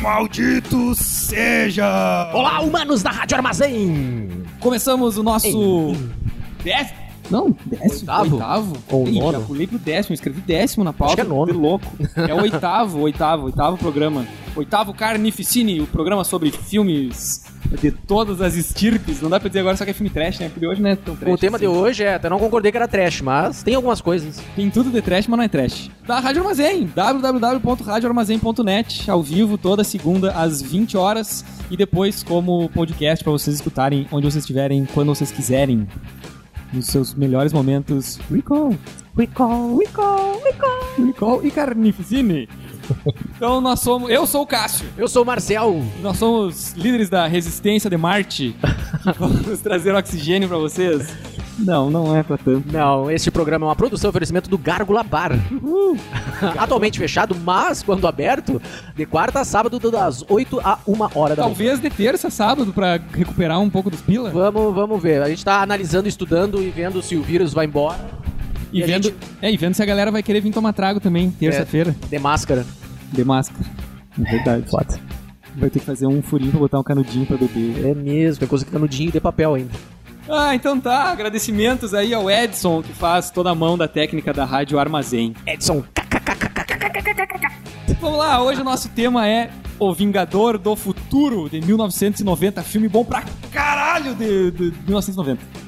Maldito seja! Olá, humanos da Rádio Armazém! Começamos o nosso. Décimo? Não, décimo. Oitavo? Oitavo? Ou Ih, nono? já pulei pro décimo, escrevi décimo na pauta. que é nono. Que louco. É o oitavo, oitavo, oitavo programa. Oitavo Carnificine, o programa sobre filmes de todas as estirpes. Não dá pra dizer agora só que é filme trash, né? Porque de hoje não é tão trash. o tema de assim. hoje é, até não concordei que era trash, mas tem algumas coisas. Tem tudo de trash, mas não é trash. Da Rádio Armazém, www.radioarmazém.net, ao vivo, toda segunda às 20 horas. E depois como podcast pra vocês escutarem onde vocês estiverem, quando vocês quiserem. Nos seus melhores momentos. Recall. Recall, recall, recall. Recall e carnificine. então nós somos... Eu sou o Cássio. Eu sou o Marcel. Nós somos líderes da resistência de Marte. que vamos trazer oxigênio pra vocês. Não, não é pra tanto. Não, este programa é uma produção e oferecimento do Gárgula Bar. Atualmente fechado, mas quando aberto, de quarta a sábado, das 8 a 1 hora da manhã. Talvez de terça a sábado pra recuperar um pouco dos pila Vamos, vamos ver. A gente tá analisando, estudando e vendo se o vírus vai embora e, e a vendo, é, e vendo se a galera vai querer vir tomar trago também terça-feira de máscara. de máscara. É verdade. Vai ter que fazer um furinho pra botar um canudinho pra beber. É mesmo, é coisa que tá no dinho de papel ainda. Ah, então tá. Agradecimentos aí ao Edson, que faz toda a mão da técnica da Rádio Armazém. Edson, Vamos lá, hoje o nosso tema é O Vingador do Futuro, de 1990. Filme bom pra caralho de, de 1990.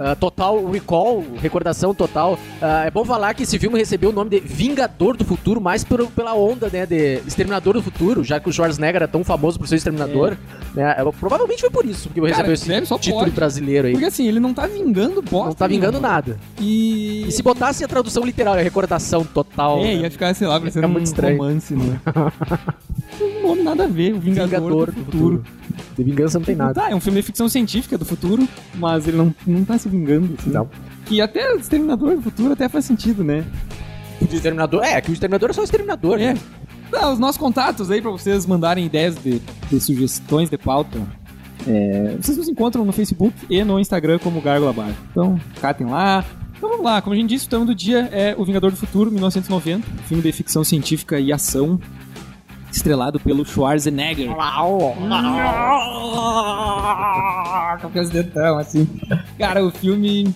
Ah, total Recall, recordação total. Ah, é bom falar que esse filme recebeu o nome de Vingador do Futuro, mais por- pela onda né, de Exterminador do Futuro, já que o Schwarzenegger era tão famoso por ser Exterminador. né, é, provavelmente foi por isso que Cara, recebeu deve, esse só título pode. brasileiro aí. Porque assim, ele não tá vingando bosta. Não tá vingando nenhuma. nada. E... E se botasse a tradução literal, é recordação total. É, né? ia ficar, sei lá, parecendo ficar muito um estranho. romance, né? um nome nada a ver, o Vingador, do Futuro. De vingança não tem nada. Tá, é um filme de ficção científica do futuro, mas ele não, não tá se vingando, assim. Não. Que até o Exterminador do Futuro até faz sentido, né? O Exterminador, é, que o Exterminador é só o Exterminador, É. né? Tá, os nossos contatos aí pra vocês mandarem ideias de, de sugestões de pauta. É, vocês nos encontram no Facebook e no Instagram como Gárgula Bar. Então, catem lá. Então vamos lá, como a gente disse, o tema do dia é O Vingador do Futuro, 1990, filme de ficção científica e ação, estrelado pelo Schwarzenegger. com os dentão, assim. Cara, o filme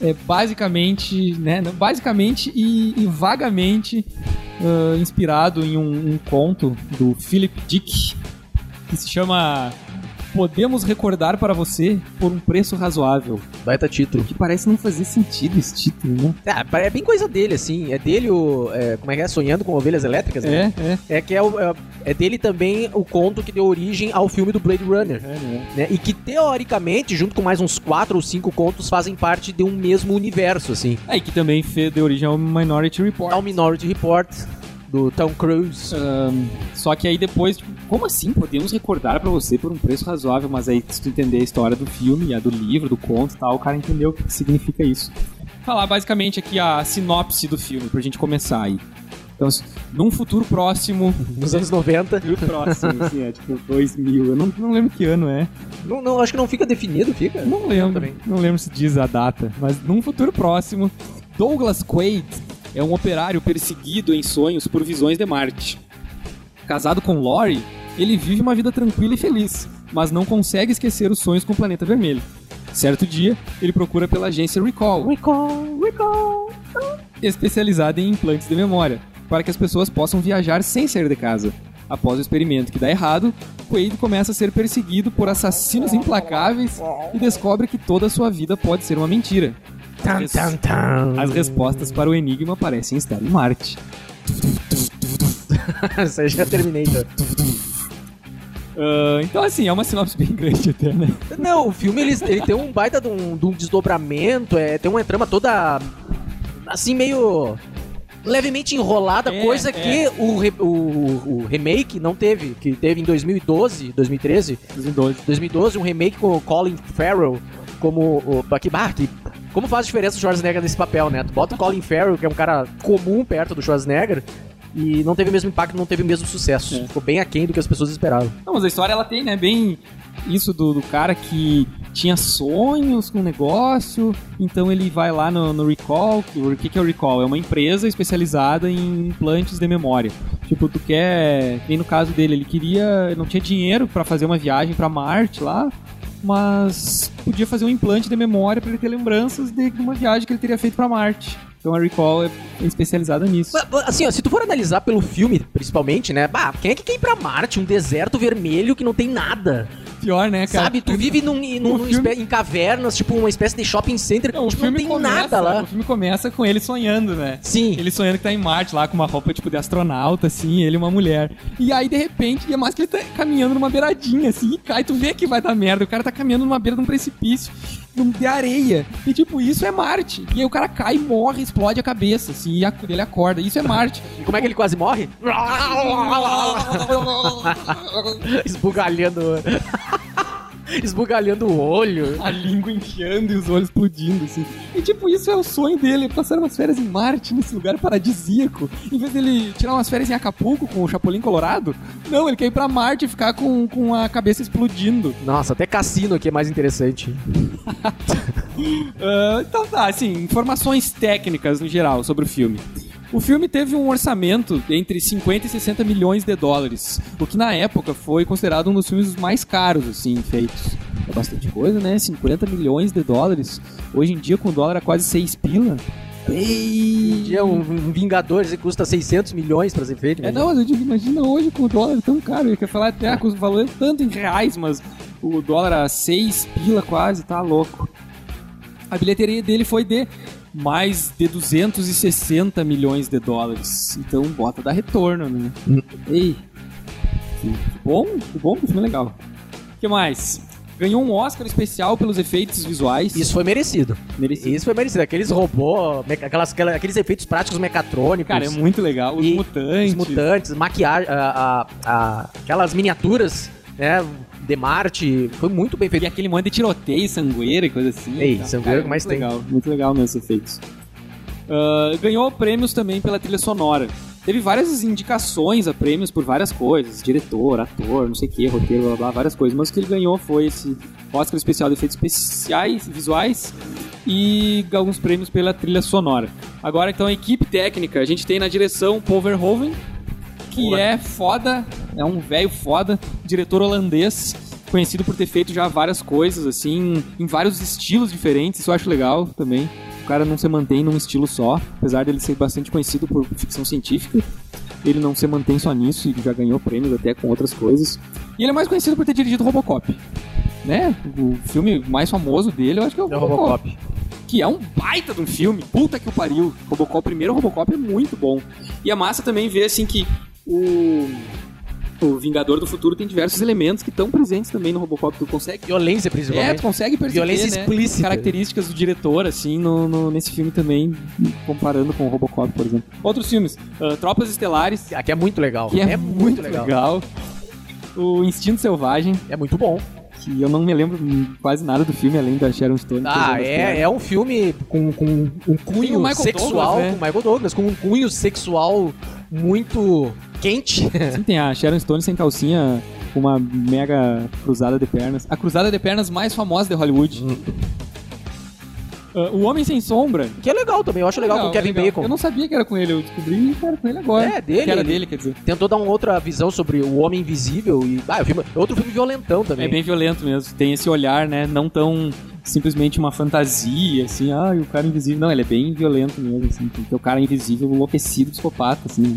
é basicamente, né? não, Basicamente e, e vagamente ah, inspirado em um, um conto do Philip Dick que se chama Podemos Recordar para Você por um Preço Razoável. Baita título. Que parece não fazer sentido esse título, né? Ah, é bem coisa dele, assim. É dele o. é, como é que é? Sonhando com ovelhas elétricas, né? É, é. É que é, o- é- é dele também o conto que deu origem ao filme do Blade Runner, né? E que teoricamente, junto com mais uns quatro ou cinco contos, fazem parte de um mesmo universo, assim. É, e que também fe- deu origem ao Minority Report. Ao Minority Report do Tom Cruise. Só que aí depois, tipo, como assim? Podemos recordar pra você por um preço razoável, mas aí se tu entender a história do filme, a do livro, do conto e tal, o cara entendeu o que que significa isso. Falar basicamente aqui a sinopse do filme, pra gente começar aí. Então, se- num futuro próximo. Nos anos 90. Futuro próximo, assim, é tipo 2000. Eu não, não lembro que ano é. Não, não, acho que não fica definido, fica. Não lembro. Também. Não lembro se diz a data, mas num futuro próximo, Douglas Quaid é um operário perseguido em sonhos por visões de Marte. Casado com Lori, ele vive uma vida tranquila e feliz, mas não consegue esquecer os sonhos com o planeta vermelho. Certo dia, ele procura pela agência Recall, Recall, recall. especializada em implantes de memória, para que as pessoas possam viajar sem sair de casa. Após o experimento que dá errado, Quaid começa a ser perseguido por assassinos implacáveis e descobre que toda a sua vida pode ser uma mentira. Tan, tan, tan. As respostas para o enigma parecem estar em Marte. Isso aí já terminei, então. Ah, então, assim, é uma sinopse bem grande até, né? Não, o filme ele, ele tem um baita de um, de um desdobramento, é, tem uma trama toda assim meio levemente enrolada, É, coisa é. que o, re- o- o remake não teve, que teve em 2012, 2013, 2012. 2012, um remake com o Colin Farrell como o Bakibaki. Como faz diferença o Schwarzenegger nesse papel, né? Tu bota o Colin Farrell, que é um cara comum perto do Schwarzenegger, e não teve o mesmo impacto, não teve o mesmo sucesso. É. Ficou bem aquém do que as pessoas esperavam. Não, mas a história ela tem, né? Bem isso do, do cara que tinha sonhos com o negócio, então ele vai lá no, no Recall. que- O que, que é o Recall? É uma empresa especializada em implantes de memória. Tipo, tu quer. Nem no caso dele, ele queria. Não tinha dinheiro pra fazer uma viagem pra Marte lá, mas podia fazer um implante de memória pra ele ter lembranças de uma viagem que ele teria feito pra Marte. Então a Recall é é especializada nisso. Mas, mas, Assim, ó, se tu for analisar pelo filme, principalmente, né? Bah, quem é que quer ir pra Marte? Um deserto vermelho que não tem nada. Pior, né, cara? Sabe? Tu vive num, num- O num filme- espé- em cavernas, tipo uma espécie de shopping center. Não, o tipo, filme não tem começa, nada lá. O filme começa com ele sonhando, né? Sim. Ele sonhando que tá em Marte lá com uma roupa tipo de astronauta, assim, ele e uma mulher. E aí, de repente, e é mais que ele tá caminhando numa beiradinha, assim, e cai, tu vê que vai dar merda. O cara tá caminhando numa beira de um precipício, num- de areia. E tipo, isso é Marte. E aí o cara cai, morre, explode a cabeça, assim, e a- ele acorda. Isso é Marte. Como é que ele quase morre? Esbugalhando. Esbugalhando o olho. a língua enfiando e os olhos explodindo, assim. E tipo, isso é o sonho dele, passar umas férias em Marte, nesse lugar paradisíaco. Em vez dele tirar umas férias em Acapulco com o Chapolin Colorado, não, ele quer ir pra Marte e ficar com, com a cabeça explodindo. Nossa, até cassino aqui é mais interessante. Ah, então tá, assim, informações técnicas no geral sobre o filme. O filme teve um orçamento entre 50 e 60 milhões de dólares, o que na época foi considerado um dos filmes mais caros, assim, feitos. É bastante coisa, né? 50 milhões de dólares. Hoje em dia, com o dólar a quase 6 pila. Um Ei! dia um, um Vingadores que custa 600 milhões pra ser feito. É, não, mas eu digo, imagina hoje com o dólar tão caro. Eu queria falar até ah, com o valor tanto em reais, mas o dólar a 6 pila quase, tá louco. A bilheteria dele foi de mais de 260 milhões de dólares. Então, bota dar retorno, né? Ei, que que bom, que bom, que filme legal. O que mais? Ganhou um Oscar especial pelos efeitos visuais. Isso foi merecido. merecido. Isso foi merecido. Aqueles robô, meca- aquelas, aquela- aqueles efeitos práticos mecatrônicos. Cara, é muito legal. Os E- mutantes. os mutantes, maquiagem, a- a- a- aquelas miniaturas, né? De Marte. Foi muito bem E feito. aquele monte de tiroteio, sangueira e coisa assim. Ei, Tá. sangueira que mais muito tem. Legal, muito legal mesmo esses efeitos. Ah, ganhou prêmios também pela trilha sonora. Teve várias indicações a prêmios por várias coisas, diretor, ator, não sei o que, roteiro, blá, blá blá, várias coisas. Mas o que ele ganhou foi esse Oscar especial de efeitos especiais, visuais e alguns prêmios pela trilha sonora. Agora então a equipe técnica, a gente tem na direção Paul Verhoeven, que Boa. é foda, é um velho foda, diretor holandês, conhecido por ter feito já várias coisas, assim, em vários estilos diferentes, isso eu acho legal também. O cara não se mantém num estilo só, apesar dele ser bastante conhecido por ficção científica, ele não se mantém só nisso e já ganhou prêmios até com outras coisas. E ele é mais conhecido por ter dirigido Robocop. Né? O filme mais famoso dele, eu acho que é o É o Robocop Robocop. que é um baita de um filme. Puta que o pariu. Robocop, o primeiro Robocop é muito bom. E a massa também vê assim que o o Vingador do Futuro tem diversos elementos que estão presentes também no Robocop. Tu consegue Violência, é, principalmente. tu consegue perceber Violência né, explícita. características do diretor, assim, no, no- nesse filme também, comparando com o Robocop, por exemplo. Outros filmes, ah, Tropas Estelares, Aqui é muito legal. que é, muito, legal. O Instinto Selvagem, É muito bom. que eu não me lembro hum, quase nada do um filme, além da Sharon Stone. Ah, fazendo as piadas. é, é um filme com, com um Tem o cunho Michael sexual, Douglas, né? com Michael Douglas, com um cunho sexual muito quente. Sim, tem a Sharon Stone sem calcinha, uma mega cruzada de pernas. A cruzada de pernas mais famosa de Hollywood. Hum. Ah, o Homem Sem Sombra. que é legal também, eu acho legal, com o é Kevin legal. Bacon. Eu não sabia que era com ele, eu descobri que era com ele agora. É, dele, Que era ele- dele, quer dizer. Tentou dar uma outra visão sobre o homem invisível e. Ah, o filme, outro filme violentão também. É bem violento mesmo. Tem esse olhar, né? Não tão simplesmente uma fantasia, assim, ah, e o cara invisível. Não, ele é bem violento mesmo, assim. Tem que ter o cara invisível, enlouquecido, psicopata, assim.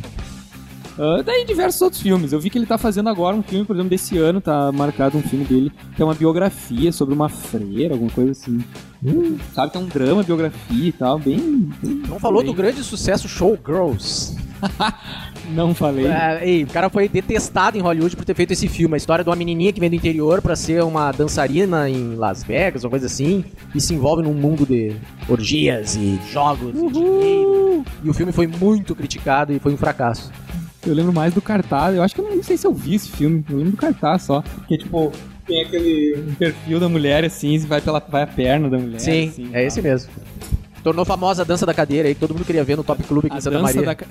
Ah, daí diversos outros filmes. Eu vi que ele tá fazendo agora um filme, por exemplo, desse ano, tá marcado um filme dele, que é uma biografia sobre uma freira, alguma coisa assim. Hum, sabe, que é um drama, biografia e tal, bem. bem- Não falou bem- do grande sucesso Showgirls. Não falei. Ah, ei, o cara foi detestado em Hollywood por ter feito esse filme. A história de uma menininha que vem do interior pra ser uma dançarina em Las Vegas, uma coisa assim, e se envolve num mundo de orgias e jogos e dinheiro. Uhul! E o filme foi muito criticado e foi um fracasso. Eu lembro mais do cartaz. Eu acho que eu não sei se eu vi esse filme. Eu lembro do cartaz só. Que tipo, tem aquele um perfil da mulher assim, e vai, pela, vai a perna da mulher. Sim, assim, é esse mesmo. Tornou famosa a dança da cadeira aí, que todo mundo queria ver no Top Clube aqui A em Santa dança Maria. da ca-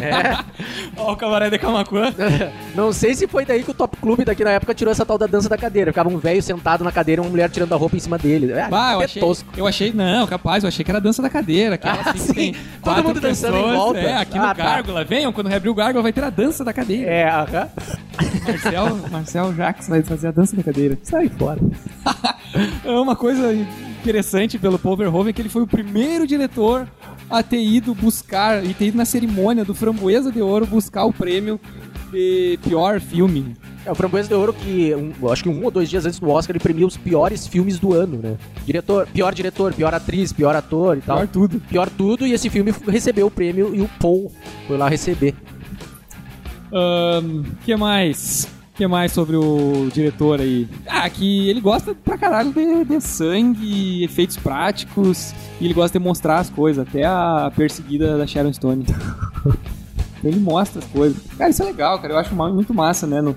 É, ao cabaré de Camacuã. Não sei se foi daí que o Top Clube daqui na época tirou essa tal da dança da cadeira. Ficava um velho sentado na cadeira e uma mulher tirando a roupa em cima dele. É, Bah, eu é achei, tosco. eu achei, não, capaz, eu achei que era a dança da cadeira, que ela Ah, assim, sim. tem Todo quatro mundo dançando em pessoas, volta. É, aqui Ah, no tá. Gárgula, venham, quando reabrir o Gárgula vai ter a dança da cadeira. É, aham. Marcel, Marcel Jax vai fazer a dança da cadeira. Sai fora. É uma coisa interessante pelo Paul Verhoeven é que ele foi o primeiro diretor a ter ido buscar e ter ido na cerimônia do Framboesa de Ouro buscar o prêmio de pior filme. É o Framboesa de Ouro que, um- eu acho que um ou dois dias antes do Oscar, ele premia os piores filmes do ano, né? Diretor, pior diretor, pior atriz, pior ator e tal. Pior tudo. Pior tudo, e esse filme recebeu o prêmio e o Paul foi lá receber. Ahn, que mais? que mais sobre o diretor aí? Ah, que ele gosta pra caralho de, de sangue, efeitos práticos, e ele gosta de mostrar as coisas, até a perseguida da Sharon Stone. ele mostra as coisas. Cara, isso é legal, cara. Eu acho ma- muito massa, né? No,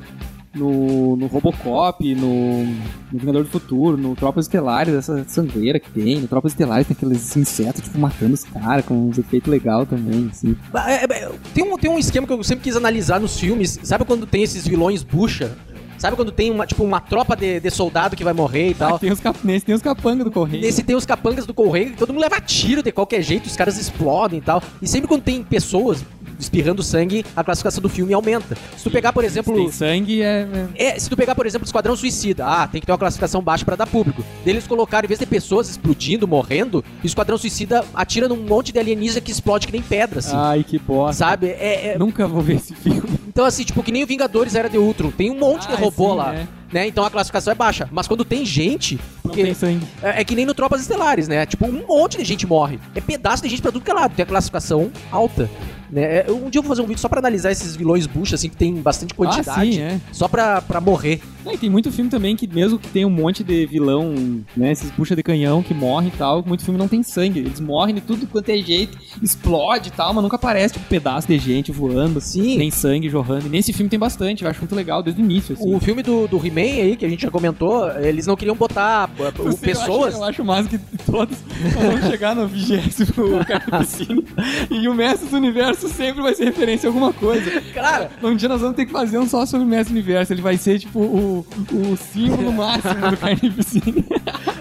no, no Robocop, no, no Vingador do Futuro, no Tropas Estelares, essa sangueira que tem. No Tropas Estelares tem aqueles insetos, tipo, matando os caras, com uns efeitos legais também, assim. Bah, é, é, Tem um, tem um esquema que eu sempre quis analisar nos filmes. Sabe quando tem esses vilões bucha? Sabe quando tem uma, tipo, uma tropa de, de soldado que vai morrer e Ah, tal? tem os cap... Nesse tem os capangas do Correio. Nesse tem os capangas do correio, que todo mundo leva tiro de qualquer jeito, os caras explodem e tal. E sempre quando tem pessoas espirrando sangue, a classificação do filme aumenta. Se tu pegar, por exemplo, Tem sangue é. é- É, se tu pegar, por exemplo, Esquadrão Suicida, ah, tem que ter uma classificação baixa pra dar público. Deles colocaram, em vez de pessoas explodindo, morrendo, o Esquadrão Suicida atira num monte de alienígena que explode que nem pedra, assim. Ai, que bosta. Sabe? É, é- Nunca vou ver esse filme. então, assim, tipo, que nem o Vingadores era de Ultron. Tem um monte de Ah, robô sim, lá. é. Né? Então a classificação é baixa. Mas quando tem gente. Não Porque tem sangue. Ah, é, é que nem no Tropas Estelares, né? Tipo, um monte de gente morre. É pedaço de gente pra tudo que é lado. Tem a classificação alta. Né? É, Um dia eu vou fazer um vídeo só pra analisar esses vilões bucha, assim, que tem bastante quantidade. Ah, sim, é. Só pra, pra morrer. Não, e tem muito filme também que, mesmo que tenha um monte de vilão, né? Esses bucha de canhão que morre e tal, muito filme não tem sangue. Eles morrem de tudo quanto é jeito, explode e tal, mas nunca aparece, tipo, pedaço de gente voando, assim, Sim. nem sangue jorrando. E nesse filme tem bastante, eu acho muito legal desde o início, assim. O filme do, do He-Man aí, que a gente já comentou, eles não queriam botar uh, Eu sei, eu acho- pessoas. Eu acho, massa que todos vão chegar no vigésimo carnificina e o Mestre do Universo sempre vai ser referência a alguma coisa. Cara, Um dia nós vamos ter que fazer um só sobre o Mestre Universo. Ele vai ser, tipo, o, o símbolo máximo do Carnificina.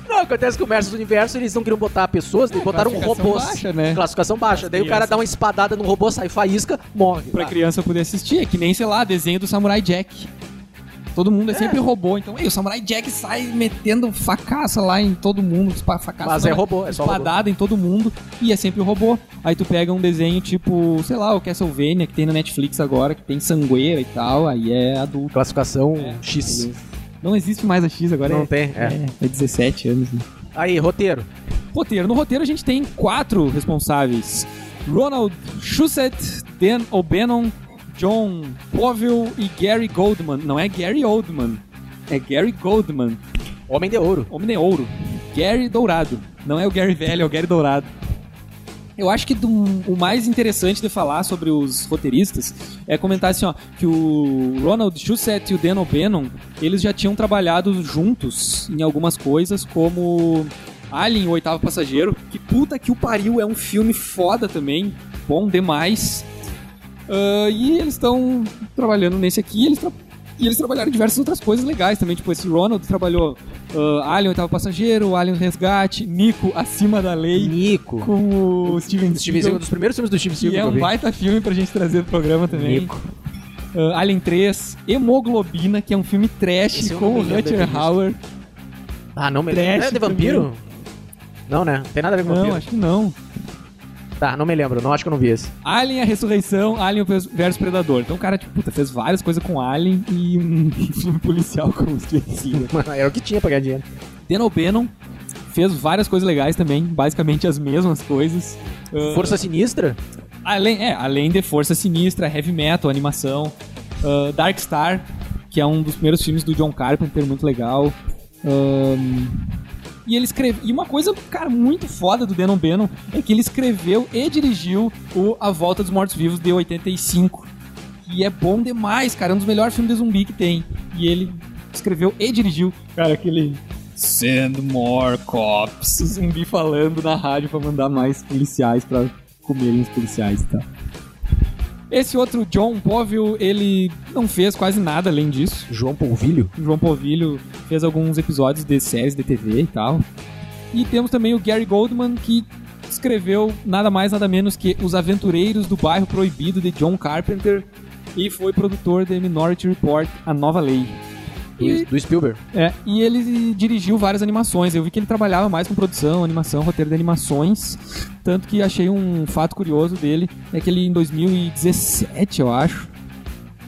não, acontece que o Mestre do Universo, eles não queriam botar pessoas, eles botaram um classificação robôs. baixa, né? Classificação baixa. As Daí o cara crianças. dá uma espadada no robô, sai faísca, morre. pra Ah, criança poder assistir. É que nem, sei lá, desenho do Samurai Jack. Todo mundo é sempre robô. Então, ei, o Samurai Jack sai metendo facaça lá em todo mundo. espa- Facaça Mas não, né? é robô, é só robô. espadada em todo mundo e é sempre o robô. Aí tu pega um desenho tipo, sei lá, o Castlevania que tem na Netflix agora, que tem sangueira e tal, aí é adulto. Classificação É. X. Não existe mais a X agora, Não é, tem, é. é, é 17 anos. né? Aí, roteiro. Roteiro. No roteiro a gente tem quatro responsáveis: Ronald Shusett, Dan O'Bannon, John Povil e Gary Goldman. Não é Gary Oldman, é Gary Goldman. Homem de Ouro. Homem de Ouro. Gary Dourado. Não é o Gary Velho, é o Gary Dourado. Eu acho que do- o mais interessante de falar sobre os roteiristas é comentar assim, ó, que o Ronald Shusett e o Dan O'Bannon, eles já tinham trabalhado juntos em algumas coisas, como Alien, o oitavo passageiro, que puta que o pariu, é um filme foda também, bom demais. Ah, e eles estão trabalhando nesse aqui, eles tra- e eles trabalharam em diversas outras coisas legais também, tipo esse Ronald trabalhou ah, Alien, o oitavo passageiro, Alien Resgate, Nico, Acima da Lei Nico. com o Steven Steven Seagal, um Seagal, dos primeiros filmes do Steven Seagal que é que eu um vi. baita né? filme pra gente trazer pro programa também. Nico. Ah, Alien 3, Hemoglobina, que é um filme trash Esse eu com não o me lembro de ter Rutger visto. Hauer. Ah, não me Trash lembro. É de vampiro? Não, né? Tem nada a ver com Não, vampiro. acho que não. Tá, não me lembro. Não acho que eu não vi esse. Alien a Ressurreição, Alien versus Predador. Então o cara, tipo, puta, fez várias coisas com Alien e um filme policial com o Steven Seagal. Era o que tinha pra ganhar dinheiro. Dan O'Bannon fez várias coisas legais também, basicamente as mesmas coisas. Ah, Força Sinistra? Além, é, além de Força Sinistra, Heavy Metal, animação, ah, Dark Star, que é um dos primeiros filmes do John Carpenter, muito legal. Ahn, e ele escreveu. E uma coisa, cara, muito foda do Denon Bannon é que ele escreveu e dirigiu o A Volta dos Mortos-Vivos de 85. E é bom demais, cara. É um dos melhores filmes de zumbi que tem. E ele escreveu e dirigiu. Cara, aquele. Send more cops. O zumbi falando na rádio pra mandar mais policiais pra comerem os policiais e tal. Esse outro John Povil, ele não fez quase nada além disso. João Polvilho? O João Povilho fez alguns episódios de séries de TV e tal. E temos também o Gary Goldman, que escreveu nada mais, nada menos que Os Aventureiros do Bairro Proibido de John Carpenter e foi produtor de Minority Report, A Nova Lei. E, Do, do Spielberg. é, e ele dirigiu várias animações. Eu vi que ele trabalhava mais com produção, animação, roteiro de animações. Tanto que achei um fato curioso dele, é que ele em 2017, eu acho,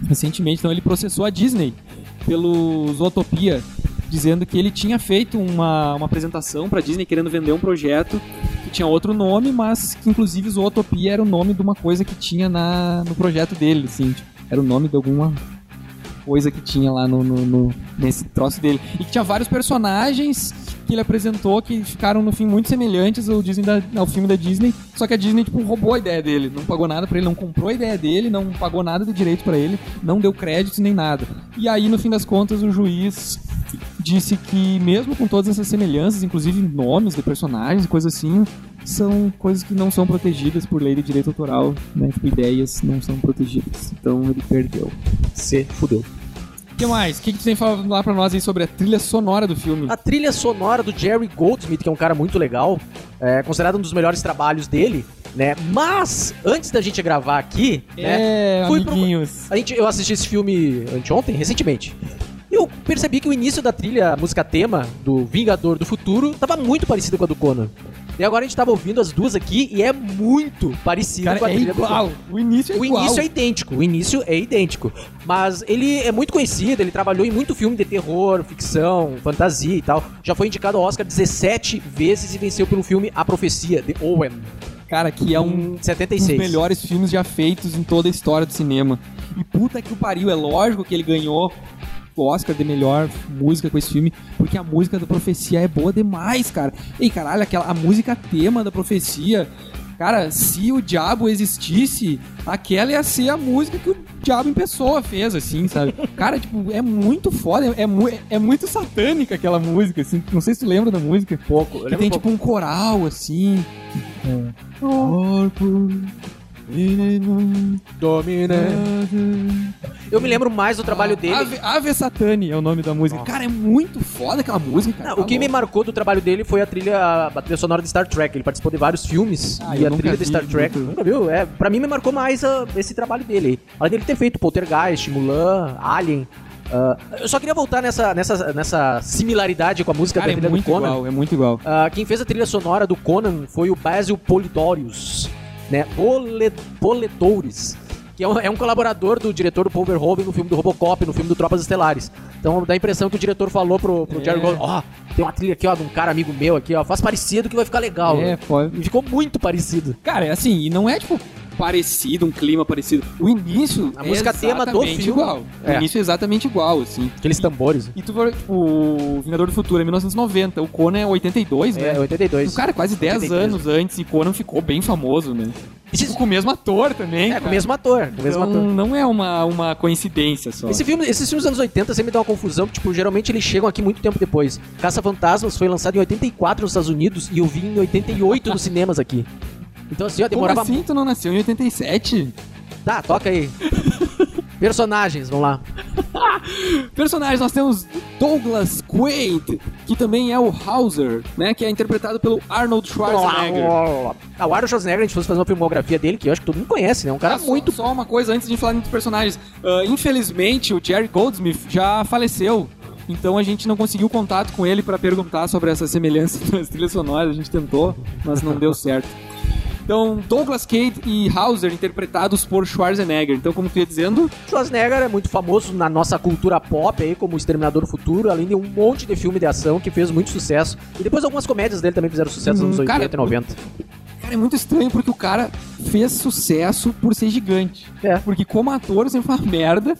recentemente, então ele processou a Disney pelo Zootopia, dizendo que ele tinha feito uma, uma apresentação pra Disney querendo vender um projeto que tinha outro nome, mas que inclusive Zootopia era o nome de uma coisa que tinha na, no projeto dele, assim, tipo, era o nome de alguma coisa que tinha lá no, no- no- nesse troço dele. E que tinha vários personagens que ele apresentou que ficaram no fim muito semelhantes ao, Disney da- ao filme da Disney, só que a Disney tipo roubou a ideia dele, não pagou nada pra ele, não comprou a ideia dele, não pagou nada de direito pra ele, não deu créditos nem nada. E aí no fim das contas o juiz disse que mesmo com todas essas semelhanças, inclusive nomes de personagens e coisas assim, são coisas que não são protegidas por lei de direito autoral, né? Tipo, ideias não são protegidas. Então ele perdeu. Se fudeu. O que mais? O que, que tu tem pra falar pra nós aí sobre a trilha sonora do filme? A trilha sonora do Jerry Goldsmith, que é um cara muito legal, é considerado um dos melhores trabalhos dele, né? Mas, antes da gente gravar aqui, né? É, Fui amiguinhos. A gente, eu assisti esse filme anteontem, recentemente. E eu percebi que o início da trilha, a música tema do Vingador do Futuro, tava muito parecida com a do Conan. E agora a gente tava ouvindo as duas aqui e é muito parecida Cara, com a é trilha do Conan. igual. O início é O igual. início é idêntico, o início é idêntico. Mas ele é muito conhecido, ele trabalhou em muito filme de terror, ficção, fantasia e tal. Já foi indicado ao Oscar 17 vezes e venceu pelo filme A Profecia, de Owen, Cara, que é um em dos 76. melhores filmes já feitos em toda a história do cinema. E puta que o pariu, é lógico que ele ganhou o Oscar de melhor música com esse filme, porque a música da profecia é boa demais, cara. Ei, caralho, aquela, a música tema da profecia. Cara, se o diabo existisse, aquela ia ser a música que o diabo em pessoa fez, assim, sabe? Cara, tipo, é muito foda, é, mu- é muito satânica aquela música, assim. Não sei se tu lembra da música. Pouco, eu Que lembro tem pouco. tipo um coral assim. Corpo. Eu me lembro mais do trabalho dele. Ave, Ave Satani é o nome da música. Cara, é muito foda aquela música, cara. tá Não, o que me marcou do trabalho dele foi a trilha, a trilha sonora de Star Trek. Ele participou de vários filmes Ah, e eu a nunca trilha vi, de Star Trek. nunca vi. Nunca viu? É, pra mim me marcou mais ah, esse trabalho dele. aí. Além dele ter feito Poltergeist, Mulan, Alien. ah, eu só queria voltar nessa, nessa, nessa similaridade com a música Cara, da é trilha muito do Conan. igual, é muito igual. Ah, quem fez a trilha sonora do Conan foi o Basil Polidorius, né? Pole- Poledouris, que é um, é um colaborador do diretor do Paul Verhoeven no filme do Robocop, no filme do Tropas Estelares. Então dá a impressão que o diretor falou pro, pro É. Jerry Gold, ó, tem uma trilha aqui, ó, de um cara amigo meu aqui, ó, faz parecido que vai ficar legal. É, foda. E ficou muito parecido. Cara, é assim, e não é tipo parecido, um clima parecido. O início. A é música tema do exatamente filme. Igual. O É. início é exatamente igual, assim. Aqueles tambores. E tu for, tipo, o Vingador do Futuro é 1990, o Conan é 82, É, né? O 82. cara, quase 10 83. anos antes, e Conan ficou bem famoso, né? Tipo, com o mesmo ator também. É, com cara. o mesmo ator. Com o mesmo Então, ator. não é uma, uma coincidência só. Esse filme, esses filmes dos anos 80 sempre dá uma confusão, que, tipo, geralmente eles chegam aqui muito tempo depois. Caça Fantasmas foi lançado em 84 nos Estados Unidos e eu vi em 88 nos cinemas aqui. Então assim, ó, Como demorava assim tu não nasceu em 87? muito. Tá, toca aí. Personagens, vamos lá. Personagens, nós temos Douglas Quaid, que também é o Hauser, né? Que é interpretado pelo Arnold Schwarzenegger. Ah, o Arnold Schwarzenegger, a gente fosse fazer uma filmografia dele, que eu acho que todo mundo conhece, né? Um cara Ah, só- muito... Só uma coisa antes de falar dos personagens. Ah, infelizmente, o Jerry Goldsmith já faleceu. Então a gente não conseguiu contato com ele pra perguntar sobre essa semelhança das trilhas sonoras. A gente tentou, mas não deu certo. Então, Douglas Quaid e Hauser interpretados por Schwarzenegger. Então, como tu ia dizendo, Schwarzenegger é muito famoso na nossa cultura pop aí, como o Exterminador do Futuro, além de um monte de filme de ação que fez muito sucesso. E depois algumas comédias dele também fizeram sucesso nos anos Hum, cara, 80 e 90. Cara, é muito estranho porque o cara fez sucesso por ser gigante. É. Porque como ator sempre foi uma merda.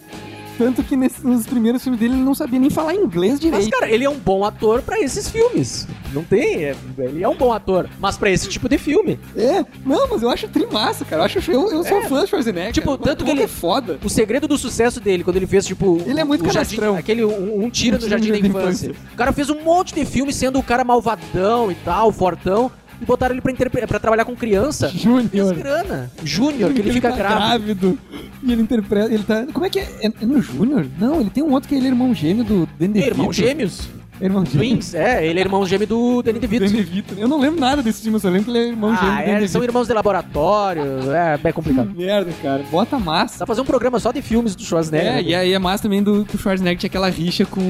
Tanto que nesse- nos primeiros filmes dele ele não sabia nem falar inglês Mas, direito. cara, ele é um bom ator pra esses filmes. Não tem, é- ele é um bom ator, mas pra esse tipo de filme. É, não, mas eu acho trimassa, cara. Eu, acho, eu, eu sou fã de Schwarzenegger. Tipo, O tanto que maluco ele- é foda. O segredo do sucesso dele, quando ele fez, tipo. Ele é muito o jardim, canastrão. Aquele um, um tiro Um no jardim da infância. O cara fez um monte de filme sendo o cara malvadão e tal, fortão. e botaram ele pra, interpre- pra trabalhar com criança. Júnior. Desgrana. Júnior, que ele fica é tá grávido. grávido. E ele interpreta. Ele tá. Como é que é? É, é no Júnior? Não, ele tem um outro que ele é irmão gêmeo do Danny DeVito. É Irmão gêmeos? Irmão gêmeo. Twins? É, ele é irmão gêmeo do Danny do DeVito. Danny DeVito. Eu não lembro nada desse filme, eu só lembro que ele é irmão gêmeo do Ah, Danny é, eles DeVito. Hum. são irmãos de laboratório. É, é complicado. Que Merda, cara. Bota massa. Dá pra fazer um programa só de filmes do Schwarzenegger. É, e aí é massa também do que o Schwarzenegger tinha aquela rixa com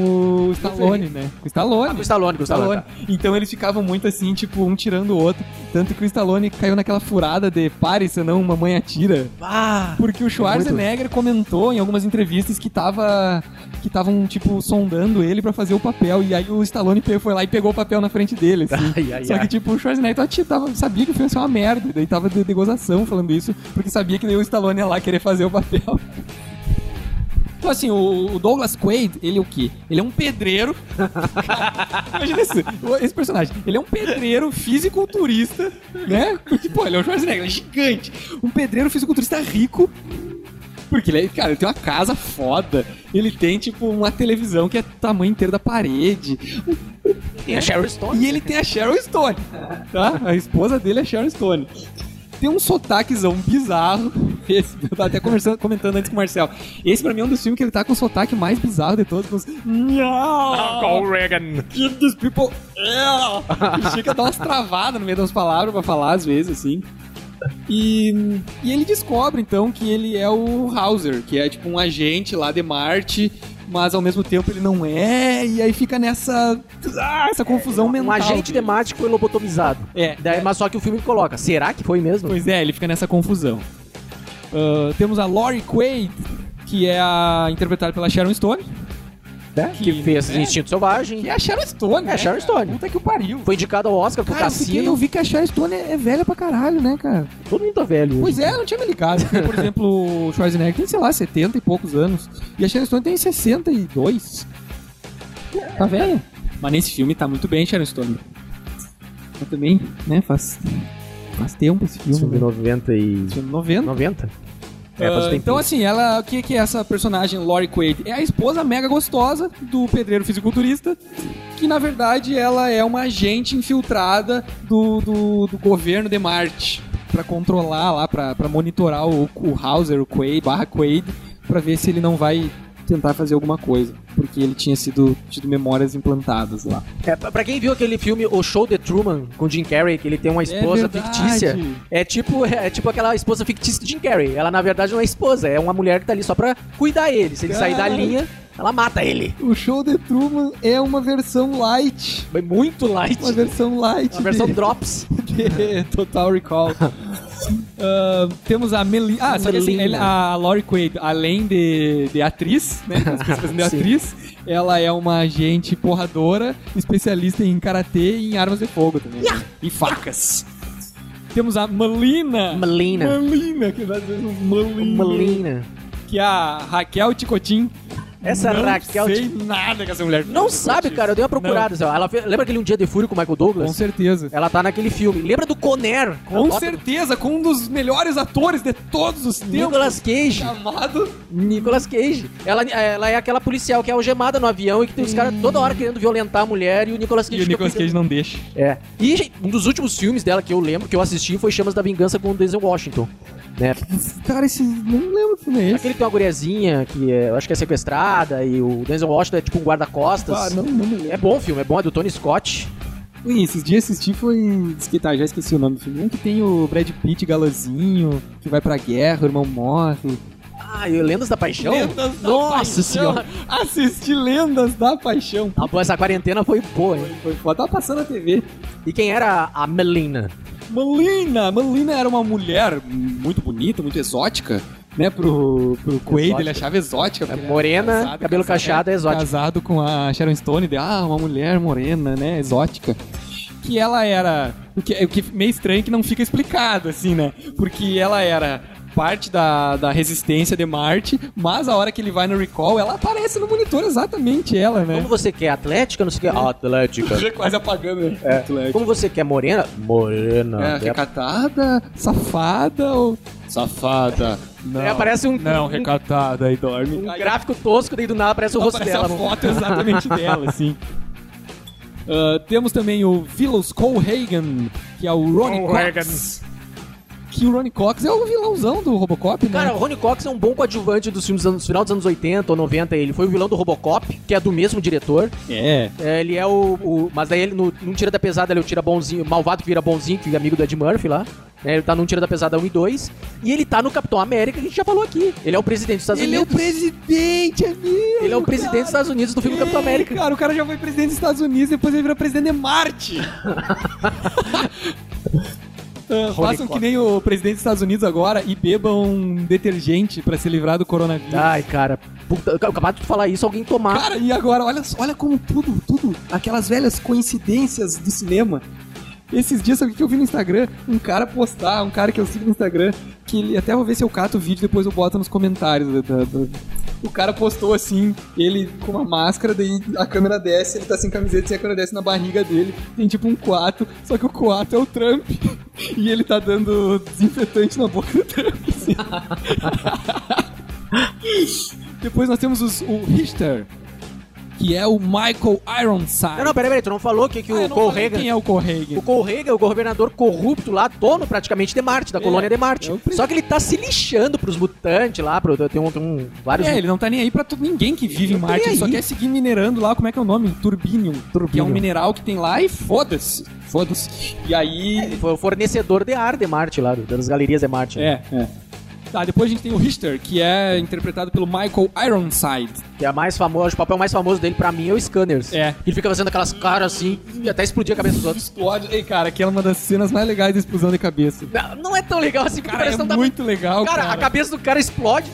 o Stallone, né? Com o Ah, com o Stallone. Stallone, com o Stallone. Stallone. Então eles ficavam muito assim, tipo, um tirando o outro. Tanto que o Stallone caiu naquela furada de pare, senão mamãe atira. Ah, Porque o Schwarzenegger comentou em algumas entrevistas que tava que estavam tipo sondando ele pra fazer o papel e aí o Stallone pe- foi lá e pegou o papel na frente dele, assim. Ai, ai, Só que, ai. tipo, o Schwarzenegger tava, ti- tava- sabia que o filme ia ser uma merda, e daí tava de, de gozação falando isso, porque sabia que daí o Stallone ia lá querer fazer o papel. Então, assim, o o Douglas Quaid, ele é o quê? Ele é um pedreiro. Imagina esse, esse personagem. Ele é um pedreiro fisiculturista, né? Tipo, ele é o Schwarzenegger, ele é gigante. Um pedreiro fisiculturista rico. Porque ele, é, cara, ele tem uma casa foda. Ele tem, tipo, uma televisão que é tamanho inteiro da parede. Tem a Sherry Stone. E ele tem a Sharon Stone, tá? A esposa dele é Sharon Stone. Tem um sotaquezão bizarro. Esse, eu tava até conversando, comentando antes com o Marcel. Esse pra mim é um dos filmes que ele tá com o sotaque mais bizarro de todos. Com os... Call Reagan. Give these people hell. Ele chega a dar umas travadas no meio das palavras pra falar às vezes, assim. E, e ele descobre, então, que ele é o Hauser, que é tipo um agente lá de Marte, mas ao mesmo tempo ele não é, e aí fica nessa. Ah, essa confusão mental. Um agente dele. de Marte que foi lobotomizado. É, Daí, mas só que o filme coloca, será que foi mesmo? pois é, ele fica nessa confusão. Ah, temos a Lori Quaid, que é a interpretada pela Sharon Stone. né? Que, que- fez é. Instinto Selvagem. Que é a Sharon Stone. É, né, Sharon cara? Stone. Puta que o pariu. Foi indicado ao Oscar pro Cara, eu fiquei- Cassino. eu vi que a Sharon Stone é, é velha pra caralho, né, cara? Todo mundo tá velho. Pois hoje. é, eu não tinha me ligado. Porque, por exemplo, o Schwarzenegger tem, sei lá, 70 e poucos anos. E a Sharon Stone tem 62. Tá velha? Mas nesse filme tá muito bem, Sharon Stone. Mas também, né, faz, faz tempo esse Esse filme filme. de né? 90 e... Esse filme 90. 90? É, Ah, faz tempo. então, assim, ela, o que, que é essa personagem, Lori Quaid? É a esposa mega gostosa do pedreiro fisiculturista, que na verdade ela é uma agente infiltrada do, do, do governo de Marte, pra controlar lá, pra, pra monitorar o, o Hauser, o Quaid, barra Quaid, pra ver se ele não vai tentar fazer alguma coisa, porque ele tinha sido tido memórias implantadas lá. É, pra pra quem viu aquele filme O Show de Truman, com Jim Carrey, que ele tem uma esposa É verdade. fictícia, é tipo, é tipo aquela esposa fictícia de Jim Carrey. Ela, na verdade, não é esposa, é uma mulher que tá ali só pra cuidar ele. Se ele sair da Cara. linha, ela mata ele. O show de Truman é uma versão light. Foi muito light. Uma versão light. Uma versão de- drops. de Total Recall. Ah, temos a Melina. Ah, só que assim, Melina. ele- a Lori Quaid, além de, de atriz, né? as pessoas fazendo de Sim. atriz, ela é uma agente porradora, especialista em karatê e em armas de fogo também. né? E facas. Temos a Melina. Melina. Melina, que às vezes Melina. Melina. Que é a Raquel Ticotin. Essa não Raquel sei Ticotin- nada que essa mulher Não sabe, cara, eu dei uma procurada. assim, ó. Ela fez- lembra aquele Um Dia de Fúria com o Michael Com Douglas? certeza. Ela tá naquele filme. Lembra do Conner? Com Bota- certeza, com um dos melhores atores de todos os tempos. Nicolas Cage. Chamado. Nicolas Cage. Ela, ela é aquela policial que é algemada no avião e que tem os caras toda hora querendo violentar a mulher e o Nicolas Cage E o fica Nicolas cuidando. Cage não deixa. É. E gente, um dos últimos filmes dela que eu lembro, que eu assisti, foi Chamas da Vingança com o Denzel Washington. Né? Cara, esse. Não lembro que filme é Aquele que tem uma guriazinha que é- eu acho que é sequestrada e o Denzel Washington é tipo um guarda-costas. Ah, não, não me É lembro. bom o filme, é bom, é do Tony Scott. Ui, esses dias assisti foi. Que, tá, já esqueci o nome do filme. Um que tem o Brad Pitt galozinho, que vai pra guerra, o irmão morre. É Ah, e Lendas da Paixão? Lendas da Nossa Paixão. senhora. Assisti Lendas da Paixão. Ah, pô, Essa quarentena foi boa, hein? Foi foda, tava passando na TV. E quem era a Melina? Melina! Melina era uma mulher muito bonita, muito exótica, né? Pro, pro Quaid, Exótica. ele achava exótica. porque ele era É Morena, casado, Né? cabelo casado, cacheado, é exótico. casado com a Sharon Stone, de, ah, uma mulher morena, né, exótica. Que ela era, o que, o que é meio estranho que não fica explicado, assim, né? Porque ela era parte da, da resistência de Marte, mas a hora que ele vai no recall, ela aparece no monitor exatamente ela, né? Como você quer atlética, não sei o que. Atlética. Quase apagando, né? Atlético. Como você quer morena? Morena. É, recatada, safada ou... Safada. Não, Aí aparece um- Não, um- recatada, aí dorme. Um Aí né? gráfico tosco, daí do nada aparece o rosto aparece dela. a foto exatamente dela, assim. Ah, temos também o Vilos Colhagen, que é o Ronnie Cox. Que o Ronnie Cox é o vilãozão do Robocop, né? Cara, o Ronnie Cox é um bom coadjuvante dos filmes do final dos anos 80 ou 90. Ele foi o vilão do Robocop, que é do mesmo diretor. é. É, ele é o, o- Mas daí ele no, num Tira da Pesada ele é o Tira Bonzinho, o malvado que vira bonzinho, que é amigo do Ed Murphy lá. né? ele tá num Tira da Pesada 1 e 2. E ele tá no Capitão América, que a gente já falou aqui. Ele é o presidente dos Estados Ele é o Unidos. presidente, amigo! ele é o presidente dos cara. Estados Unidos do filme Capitão Ei, América. Cara, o cara já foi presidente dos Estados Unidos, depois ele vira presidente de Marte. Ah, façam que nem o presidente dos Estados Unidos agora e bebam detergente pra se livrar do coronavírus. Ai, cara. Puta, acabado de falar isso, alguém tomar. Cara, e agora, olha, só- olha como tudo, tudo, aquelas velhas coincidências do cinema. Esses dias, sabe o que eu vi no Instagram? Um cara postar, um cara que eu sigo no Instagram, que ele, até vou ver se eu cato o vídeo depois eu boto nos comentários. da- da- da- O cara postou assim, ele com uma máscara, daí a câmera desce, ele tá sem camiseta e a câmera desce na barriga dele. Tem tipo um coato, só que o coato é o Trump. E ele tá dando desinfetante na boca do Trump. assim. Depois nós temos os- o Richter, que é o Michael Ironside. Não, não, peraí, peraí, tu não falou que, que Ah, eu o não Paul falei Reagan. Quem é o Corregan? O Correga é o governador corrupto lá, dono praticamente de Marte, da É, colônia de Marte. é o príncipe. Só que ele tá se lixando pros mutantes lá, pro, tem, um, tem um- vários É, ele não tá nem aí pra tu- ninguém que vive em Não tá Marte. nem Ele só aí. quer seguir minerando lá, como é que é o nome? Turbinium. Que é um Turbinium. mineral que tem lá e foda-se. Foda-se. E aí. Ele foi o fornecedor de ar de Marte lá, do- das galerias de Marte. né? É, é. Tá, depois a gente tem o Richter, que é interpretado pelo Michael Ironside. Que é a mais famosa, o papel mais famoso dele pra mim é o Scanners. É. Ele fica fazendo aquelas caras assim e até explodir a cabeça dos outros. Explode. Ei, cara, aquela é uma das cenas mais legais da explosão de cabeça. Não, não é tão legal assim, porque Cara, é parece que não muito legal, tá... cara. Cara, a cabeça do cara explode,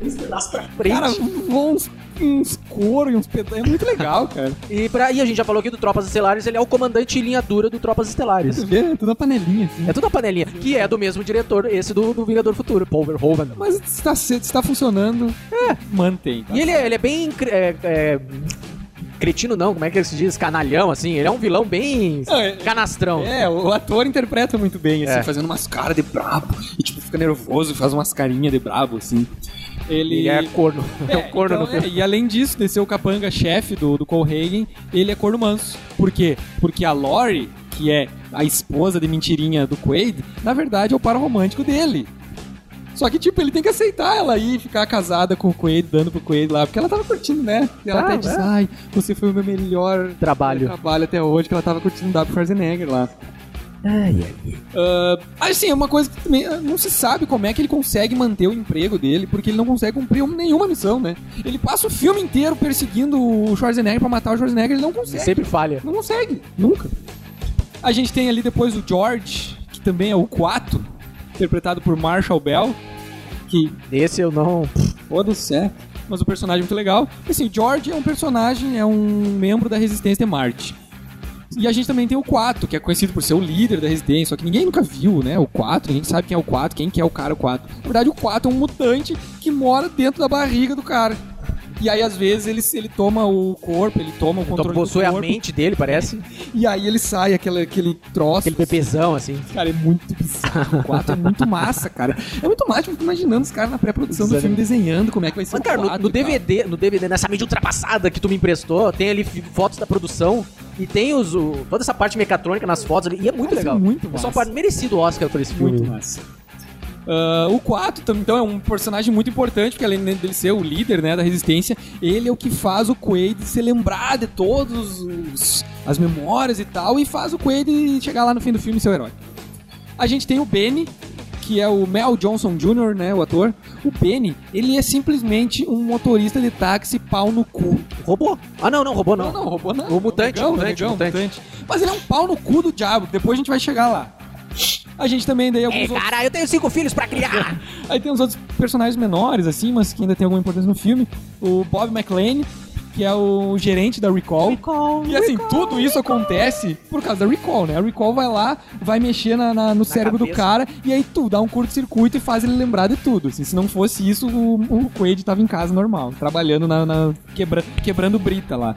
eles pedaços pra frente. Cara, voam uns, uns couro e uns pedaços. É muito legal, cara. E, pra... e a gente já falou aqui do Tropas Estelares, ele é o comandante linha dura do Tropas Estelares. Tu vê, é tudo na panelinha, assim. É tudo uma panelinha, que é do mesmo diretor, esse do, do Vingador Futuro, Paul Verhoeven. Mas se tá, se tá funcionando, é, mantém. tá? E ele é, ele é bem. cre- é, é, Cretino não, como é que se diz? Canalhão, assim. Ele é um vilão bem. Ah, é- canastrão. É, o ator interpreta muito bem, assim, É. fazendo umas caras de brabo. E, tipo, fica nervoso, faz umas carinhas de brabo, assim. Ele... Ele é corno. É, É, o corno então, no filme. é, e além disso, de ser o capanga chefe do, do Colhagen, ele é corno manso. Por quê? Porque a Lori, que é a esposa de mentirinha do Quaid, na verdade é o par romântico dele. Só que, tipo, ele tem que aceitar ela aí, ficar casada com o Quaid, dando pro Quaid lá, porque ela tava curtindo, né? E ela Tá, até diz, né? ai, você foi o meu melhor Trabalho. trabalho até hoje, que ela tava curtindo um W. Schwarzenegger lá. Ah, mas assim, é uma coisa que também ah, não se sabe como é que ele consegue manter o emprego dele, porque ele não consegue cumprir um- nenhuma missão, né? Ele passa o filme inteiro perseguindo o Schwarzenegger pra matar o Schwarzenegger, ele não consegue. Sempre falha. Não consegue, nunca. A gente tem ali depois o George, que também é o 4, interpretado por Marshall Bell, que Esse eu não. Foda-se, é. Mas o personagem é muito legal. Assim, o George é um personagem, é um membro da Resistência de Marte. E a gente também tem o 4, que é conhecido por ser o líder da Resistência, só que ninguém nunca viu, né? O 4, ninguém sabe quem é o 4, quem que é o cara o 4. Na verdade, o 4 é um mutante que mora dentro da barriga do cara. E aí, às vezes, ele, ele toma o corpo, ele toma o Então controle possui do a corpo, mente dele, parece. e aí ele sai aquele, aquele troço. É. Aquele bebezão, assim. Cara, é muito bizarro. O 4 é muito massa, cara. É muito massa, eu fico imaginando os caras na pré-produção do filme desenhando como é que vai ser Mas, cara, o no, 4 no e tal. DVD, no DVD, nessa mídia ultrapassada que tu me emprestou, tem ali fi- fotos da produção e tem os, o- toda essa parte mecatrônica nas fotos ali. E é muito Cara, isso é legal. muito é massa. só um par- merecido Oscar por esse filme. Muito massa. Ah, o 4, tam- então, é um personagem muito importante, porque além dele ser o líder né, da resistência, ele é o que faz o Quaid se lembrar de todos os- as memórias e tal, e faz o Quaid chegar lá no fim do filme e ser o herói. A gente tem o Benny, que é o Mel Johnson Jr., né, o ator. O Benny, ele é simplesmente um motorista de táxi pau no cu. Robô? Ah, não, não, robô não. Não, não, roubou não. é O mutante, Negão, mutante, negão, mutante. Mas ele é um pau no cu do diabo, depois a gente vai chegar lá. A gente também, daí, alguns Ei, outros- cara, É, eu tenho cinco filhos pra criar. Aí tem os outros personagens menores, assim, mas que ainda tem alguma importância no filme. O Bob McLean, que é o gerente da Recall. E assim, tudo isso acontece por causa da Recall, né? A Recall vai lá, vai mexer na, na- no cérebro do cabeça. cara, e aí tu dá um curto-circuito e faz ele lembrar de tudo. Assim, se não fosse isso, o, o Quaid tava em casa normal, trabalhando na. na- quebra- quebrando brita lá.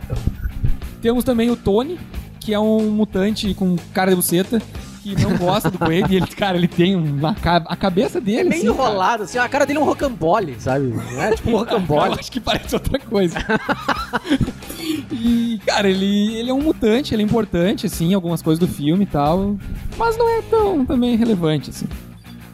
Temos também o Tony, que é um mutante com cara de buceta. Que não gosta do Quaid, e ele, cara, ele tem uma. ca- A cabeça dele. Bem assim, cara. é enrolado, assim, a cara dele é um rocambole, sabe? É tipo um Eu rocambole. acho que parece outra coisa. E, cara, ele, ele é um mutante, ele é importante, assim, algumas coisas do filme e tal. Mas não é tão também relevante, assim.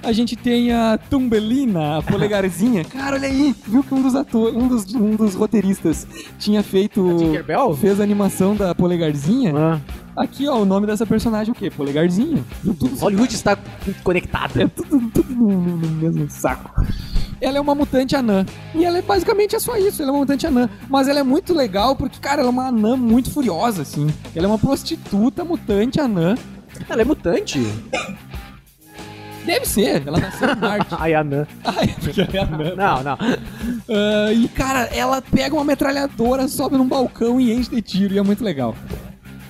A gente tem a Tumbelina, a polegarzinha. Cara, olha aí, viu que um dos atores, um dos, um dos roteiristas tinha feito. Tinkerbell? Fez a animação da polegarzinha. Ah, Aqui, ó, o nome dessa personagem é o quê? Polegarzinha. Viu tudo Hollywood está conectada. é tudo, tudo no, no- no mesmo saco. Ela é uma mutante anã. E ela é basicamente é só isso, ela é uma mutante anã. Mas ela é muito legal porque, cara, ela é uma anã muito furiosa, assim. Ela é uma prostituta mutante anã. Ela é mutante. Deve ser, ela nasceu em Marte. Ai, Anã. Ai, porque ela é anã. Não, não. Ah, e, cara, ela pega uma metralhadora, sobe num balcão e enche de tiro. E é muito legal.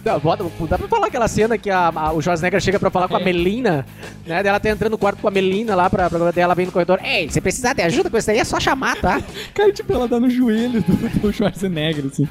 Não, bota- dá pra falar aquela cena que a, a, o Schwarzenegger chega pra falar com a É. Melina, né? Daí Ela tá entrando no quarto com a Melina lá, pra, pra, daí ela vem no corredor. Ei, se precisar de ajuda com isso aí, é só chamar, tá? Cara, tipo, ela dá no joelho do, do Schwarzenegger, assim.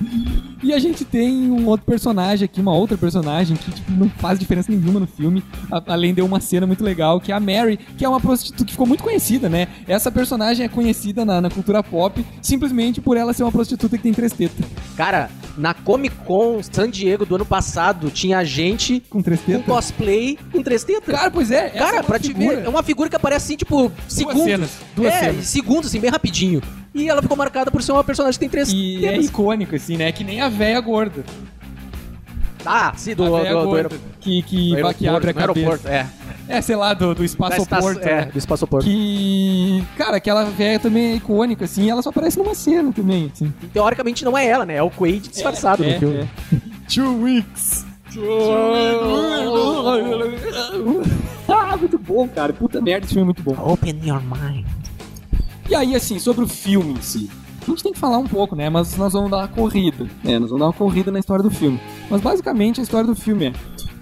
E a gente tem um outro personagem aqui, uma outra personagem que, tipo, não faz diferença nenhuma no filme. a- além de uma cena muito legal, que é a Mary, que é uma prostituta que ficou muito conhecida, né? Essa personagem é conhecida na, na cultura pop simplesmente por ela ser uma prostituta que tem três tetas. Cara, na Comic Con San Diego do ano passado, tinha gente Com três com tetas? cosplay com três tetas. Cara, pois é. essa Cara, é uma pra te ver, é figura. uma figura que aparece assim, tipo, segundos. cenas, duas é, cenas. segundos, assim, bem rapidinho. E ela ficou marcada por ser uma personagem que tem três E é tetas. icônico, assim, né? Que nem a véia gorda. Ah, sim, do, a do, véia do, do gorda. aeroporto. que, que, vai- que abre a do cabeça. aeroporto, é. É, sei lá, do, do Da espaço né? estação- porto. é, do espaçoporto. Que. Cara, aquela velha também é icônica, assim, e ela só aparece numa cena também, assim. E, Teoricamente não é ela, né? É o Quaid disfarçado no filme. Two weeks! ah, muito bom, cara. Puta merda, esse filme é muito bom. Open your mind. E aí, assim, sobre o filme em si. A gente tem que falar um pouco, né? Mas nós vamos dar uma corrida. É, nós vamos dar uma corrida na história do filme. Mas basicamente a história do filme é.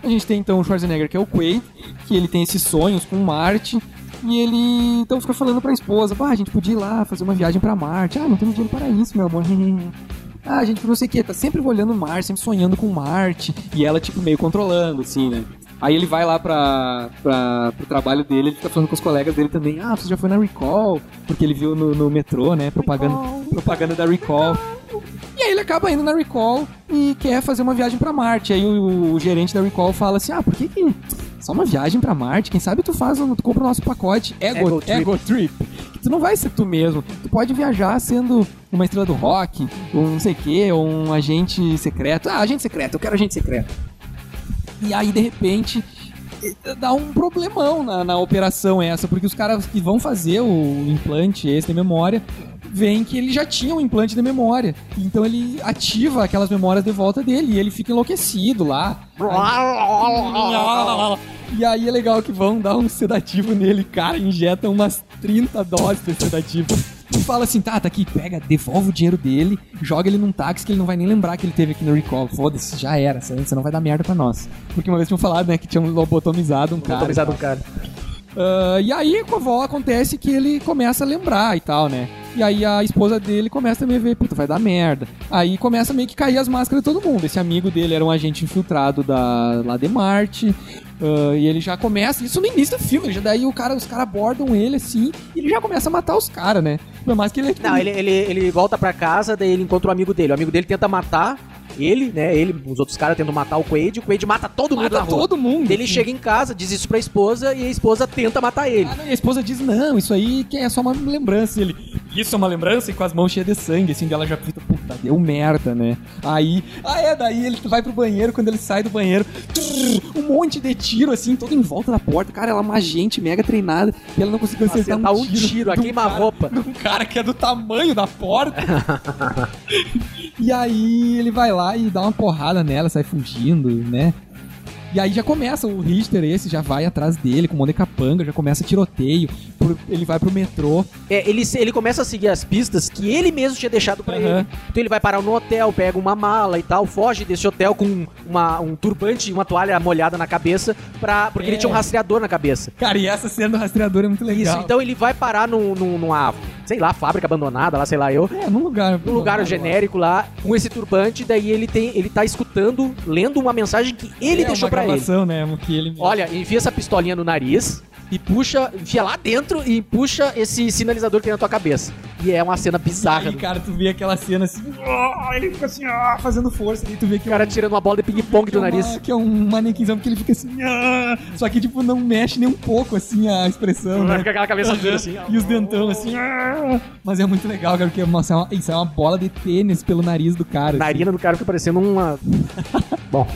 A gente tem então o Schwarzenegger, que é o Quaid, que ele tem esses sonhos com Marte. E ele então fica falando pra esposa: Bah, a gente podia ir lá fazer uma viagem pra Marte. Ah, não temos dinheiro para isso, meu amor. Ah, a gente não sei o que, tá sempre olhando Marte, sempre sonhando com Marte. E ela, tipo, meio controlando, assim, né? Aí ele vai lá pra, pra, pro trabalho dele, ele fica falando com os colegas dele também. Ah, você já foi na Recall? Porque ele viu no, no metrô, né? Propaganda, propaganda da Recall. E aí ele acaba indo na Recall e quer fazer uma viagem pra Marte. Aí o, o gerente da Recall fala assim: Ah, por que que. Só uma viagem pra Marte, quem sabe tu faz, um- tu compra o nosso pacote Ego Ego, Trip." Ego Trip. Que tu não vai ser tu mesmo. Tu pode viajar sendo uma estrela do rock, um não sei o quê, ou um agente secreto. Ah, agente secreto, eu quero agente secreto. E aí, de repente, dá um problemão na, na operação essa, porque os caras que vão fazer o implante esse de memória veem que ele já tinha um implante de memória. Então ele ativa aquelas memórias de volta dele e ele fica enlouquecido lá. E aí é legal que vão dar um sedativo nele, cara, injetam umas 30 doses de sedativo. E fala assim, tá, tá aqui, pega, devolve o dinheiro dele, joga ele num táxi que ele não vai nem lembrar que ele teve aqui no Recall. Foda-se, já era, você você não vai dar merda pra nós. Porque uma vez tinham falado, né, que tinham lobotomizado um cara. Autorizado um cara. Ah, e aí com a avó acontece que ele começa a lembrar e tal, né? E aí a esposa dele começa também a ver, puta, vai dar merda. Aí começa meio que cair as máscaras de todo mundo. Esse amigo dele era um agente infiltrado da, lá de Marte. ah, e ele já começa, isso no início do filme, ele já, daí o cara, os caras abordam ele assim, e ele já começa a matar os caras, né? Por mais que ele é Não, ele, ele, ele volta pra casa, daí ele encontra o amigo dele. O amigo dele tenta matar ele, né? Ele, os outros caras tentam matar o Quaid. O Quaid mata todo mundo é na mata rua. todo mundo. assim. Daí Ele chega em casa, diz isso pra esposa e a esposa tenta matar ele. Ah, não, e a esposa diz, não, isso aí que é só uma lembrança. E ele, isso é uma lembrança? E com as mãos cheias de sangue, assim, dela já fica, puta, deu merda, né? Aí, ah é, daí ele vai pro banheiro, quando ele sai do banheiro, trrr, um monte de tiro, assim, todo em volta da porta. Cara, ela é uma gente mega treinada e ela não conseguiu acertar, Acertar um tiro, a de um queima-roupa. cara- de Um cara que é do tamanho da porta. e aí ele vai lá e dá uma porrada nela, sai fugindo, né? E aí já começa, o Richter esse já vai atrás dele com o monte de capanga, já começa tiroteio, pro- ele vai pro metrô. É, ele, se- ele começa a seguir as pistas que ele mesmo tinha deixado pra Aham. ele. Então ele vai parar no hotel, pega uma mala e tal, foge desse hotel com uma- um turbante e uma toalha molhada na cabeça, pra, porque ele É. tinha um rastreador na cabeça. Cara, e essa cena do rastreador é muito legal. Isso, então ele vai parar num, num- numa, sei lá, fábrica abandonada, lá, sei lá, eu. É, num lugar... então, Num lugar genérico lá, com esse turbante, daí ele tem. Ele tá escutando, lendo uma mensagem que ele é deixou uma pra ele. gravação, né, que ele... Olha, enfia essa pistolinha no nariz, e puxa, enfia lá dentro e puxa esse sinalizador que tem na tua cabeça. E é uma cena bizarra. Aí, do cara, tu vê aquela cena assim, ó, ele fica assim, ó, fazendo força, e tu vê que é cara tirando uma bola de ping-pong do uma- nariz. que é um manequinzão, porque ele fica assim, "Ah", só que, tipo, não mexe nem um pouco, assim, a expressão, Vai né? ficar aquela cabeça dura assim. E os dentão, assim, "Ah". mas é muito legal, cara, porque nossa, é uma, isso é uma bola de tênis pelo nariz do cara. assim. Narina do cara fica parecendo uma. Bom.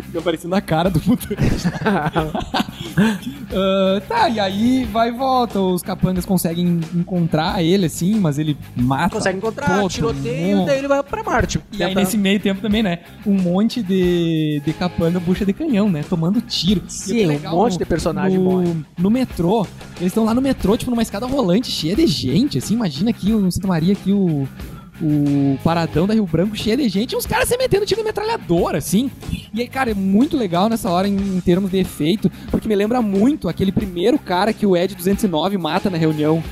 Fica parecendo a cara do mutante. Ah, tá, e aí vai e volta. Os capangas conseguem encontrar ele, assim, mas ele mata. Consegue encontrar, todo tiroteio, mundo. daí ele vai pra Marte. E aí, Tenta- nesse meio tempo também, né? Um monte de, de capanga bucha de canhão, né? Tomando tiro. Sim, E o que é um monte de personagem morre. no, no metrô. Eles estão lá no metrô, tipo, numa escada rolante, cheia de gente, assim. Imagina aqui, eu não sei, tomaria aqui o... O paradão da Rio Branco cheio de gente e os caras se metendo tiro de metralhadora, assim. E aí, cara, é muito legal nessa hora em, em termos de efeito, porque me lembra muito aquele primeiro cara que o Ed 209 mata na reunião.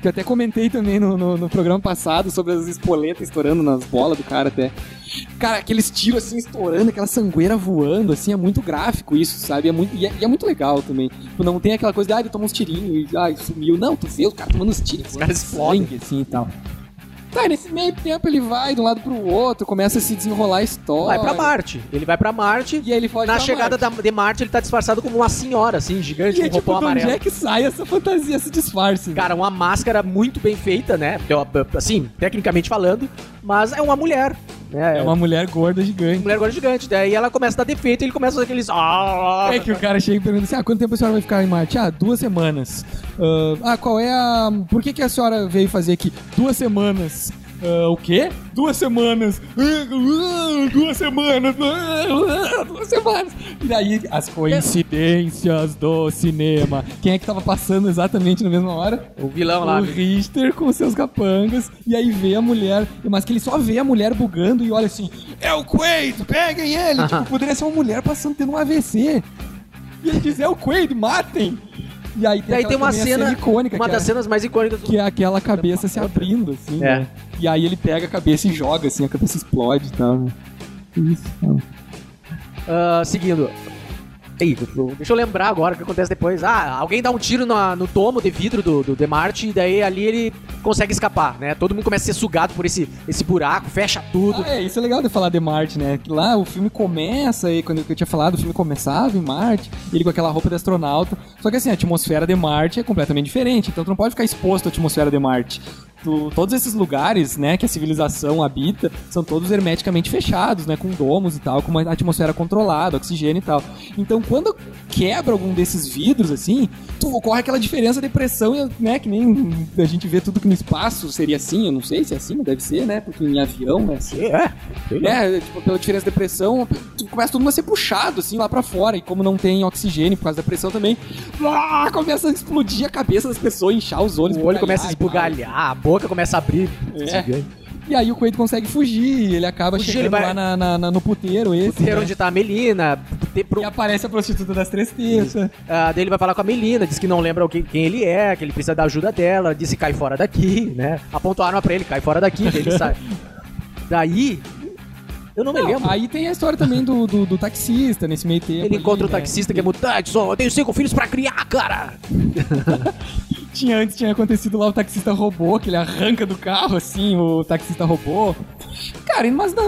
Que eu até comentei também no, no, no programa passado sobre as espoletas estourando nas bolas do cara até. Cara, aqueles tiros assim estourando, aquela sangueira voando, assim, é muito gráfico isso, sabe? É muito, e, é, e é muito legal também. Tipo, não tem aquela coisa de, ah, ele toma uns tirinhos e ah, ele sumiu. Não, tu vê o cara tomando uns tiros, os caras explodem. assim e tal. Tá, e nesse meio tempo ele vai de um lado pro outro, começa a se desenrolar a Vai história. pra Marte. Ele vai pra Marte. E aí ele foge Na pra chegada Marte. da- de Marte, ele tá disfarçado como uma senhora, assim, gigante, E com é um tipo, roupão de onde amarelo. é que sai essa fantasia, esse disfarce? né? Cara, uma máscara muito bem feita, né? Eu, Assim, tecnicamente falando, mas é uma mulher. Né? É uma mulher gorda Uma gigante. mulher agora gigante. Daí ela começa a dar defeito e ele começa a fazer aqueles. Ah, É que o cara chega e pergunta assim: ah, quanto tempo a senhora vai ficar em Marte? Ah, duas semanas. Ah, ah, qual é a. Por que, que a senhora veio fazer aqui? Duas semanas. Ah, o quê? Duas semanas. Ah, ah, duas semanas. Ah, ah, duas semanas. E daí, as coincidências do cinema. Quem é que tava passando exatamente na mesma hora? O vilão lá. né? O Richter com seus capangas, e aí vê a mulher, mas que ele só vê a mulher bugando e olha assim: é o Quaid, peguem ele! tipo, poderia ser uma mulher passando tendo um AVC. E ele diz: é o Quaid, matem! E aí Daí aquela tem uma também a cena. icônica, uma que, das é, cenas mais icônicas do que é aquela cabeça se abrindo, assim. É. né? E aí ele pega a cabeça e joga, assim, a cabeça explode e tal. né? Isso. né? cara. Ah, seguindo. Ei, deixa eu lembrar agora o que acontece depois. Ah, alguém dá um tiro na- no tomo de vidro do, do Demarte e daí ali ele consegue escapar, né? Todo mundo começa a ser sugado por esse, esse buraco, fecha tudo. Ah, é, isso é legal de falar de Marte, né? Que lá o filme começa aí, quando eu tinha falado, o filme começava em Marte, ele com aquela roupa de astronauta. Só que assim, a atmosfera de Marte é completamente diferente, então tu não pode ficar exposto à atmosfera de Marte. Tu- todos esses lugares, né, que a civilização habita, são todos hermeticamente fechados, né, com domos e tal, com uma atmosfera controlada, oxigênio e tal. Então, quando quebra algum desses vidros, assim, tu ocorre aquela diferença de pressão, e, né, que nem a gente vê tudo que no espaço seria assim, eu não sei se é assim, mas deve ser, né, porque em avião, né, assim, né, tipo, pela diferença da pressão, tu começa todo mundo a ser puxado, assim, lá pra fora. E como não tem oxigênio por causa da pressão também, lá, começa a explodir a cabeça das pessoas, inchar os olhos. O olho começa a esbugalhar e esbugalhar, a boca começa a abrir. É. tal. E aí o Coelho consegue fugir, e ele acaba Fugir, chegando ele vai- lá na- na- na- no puteiro esse. Ter né? onde tá a Melina. ter pro- E aparece a prostituta das três terças. ah, daí ele vai falar com a Melina, diz que não lembra o que- quem ele é, que ele precisa da ajuda dela, disse cai fora daqui, né? Aponta a arma pra ele, cai fora daqui, daí ele sai. Daí. Eu não me lembro. Aí tem a história também do, do, do taxista nesse meio tempo. Ele ali, encontra o né? taxista que é mutante, só eu tenho cinco filhos pra criar, cara! tinha antes tinha acontecido lá o taxista robô, que ele arranca do carro, assim, o taxista robô. Cara, mas na,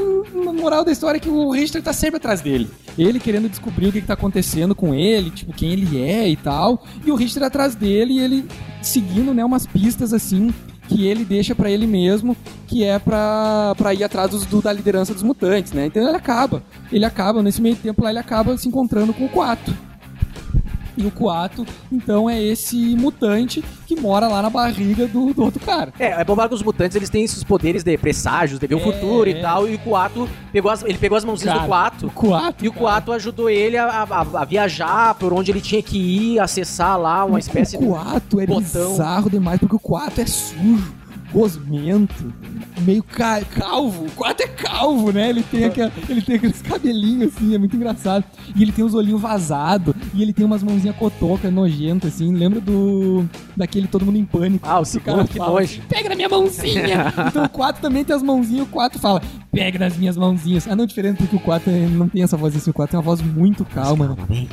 na moral da história é que o Richter tá sempre atrás dele. Ele querendo descobrir o que, que tá acontecendo com ele, tipo, quem ele é e tal. E o Richter atrás dele e ele seguindo, né, umas pistas assim que ele deixa pra ele mesmo, que é pra pra ir atrás dos- do- da liderança dos mutantes, né? Então ele acaba. Ele acaba, nesse meio tempo lá, ele acaba se encontrando com o Quato. E o Coato, então, é esse mutante que mora lá na barriga do, do outro cara. É, é bom falar que os mutantes eles têm esses poderes de presságios, de ver o É, futuro é. e tal, e o Coato pegou as, ele pegou as mãozinhas do Cara, Coato. O Coato. E o Coato ajudou ele a, a- a viajar por onde ele tinha que ir, acessar lá uma espécie O de. Coato é botão. bizarro demais, porque o Coato é sujo, gosmento, meio ca- calvo. O Coato é calvo, né? Ele tem, aquela- ele tem aqueles cabelinhos assim, é muito engraçado. E ele tem os olhinhos vazados, e ele tem umas mãozinhas cotoca, nojenta, assim. Lembra do. daquele Todo Mundo em Pânico. Ah, o O cara segundo, que fala, nojo. Pega na minha mãozinha. então o 4 também tem as mãozinhas, o 4 fala, pega nas minhas mãozinhas. Ah, não, diferente porque o 4 não tem essa voz assim, o 4 tem uma voz muito calma, né?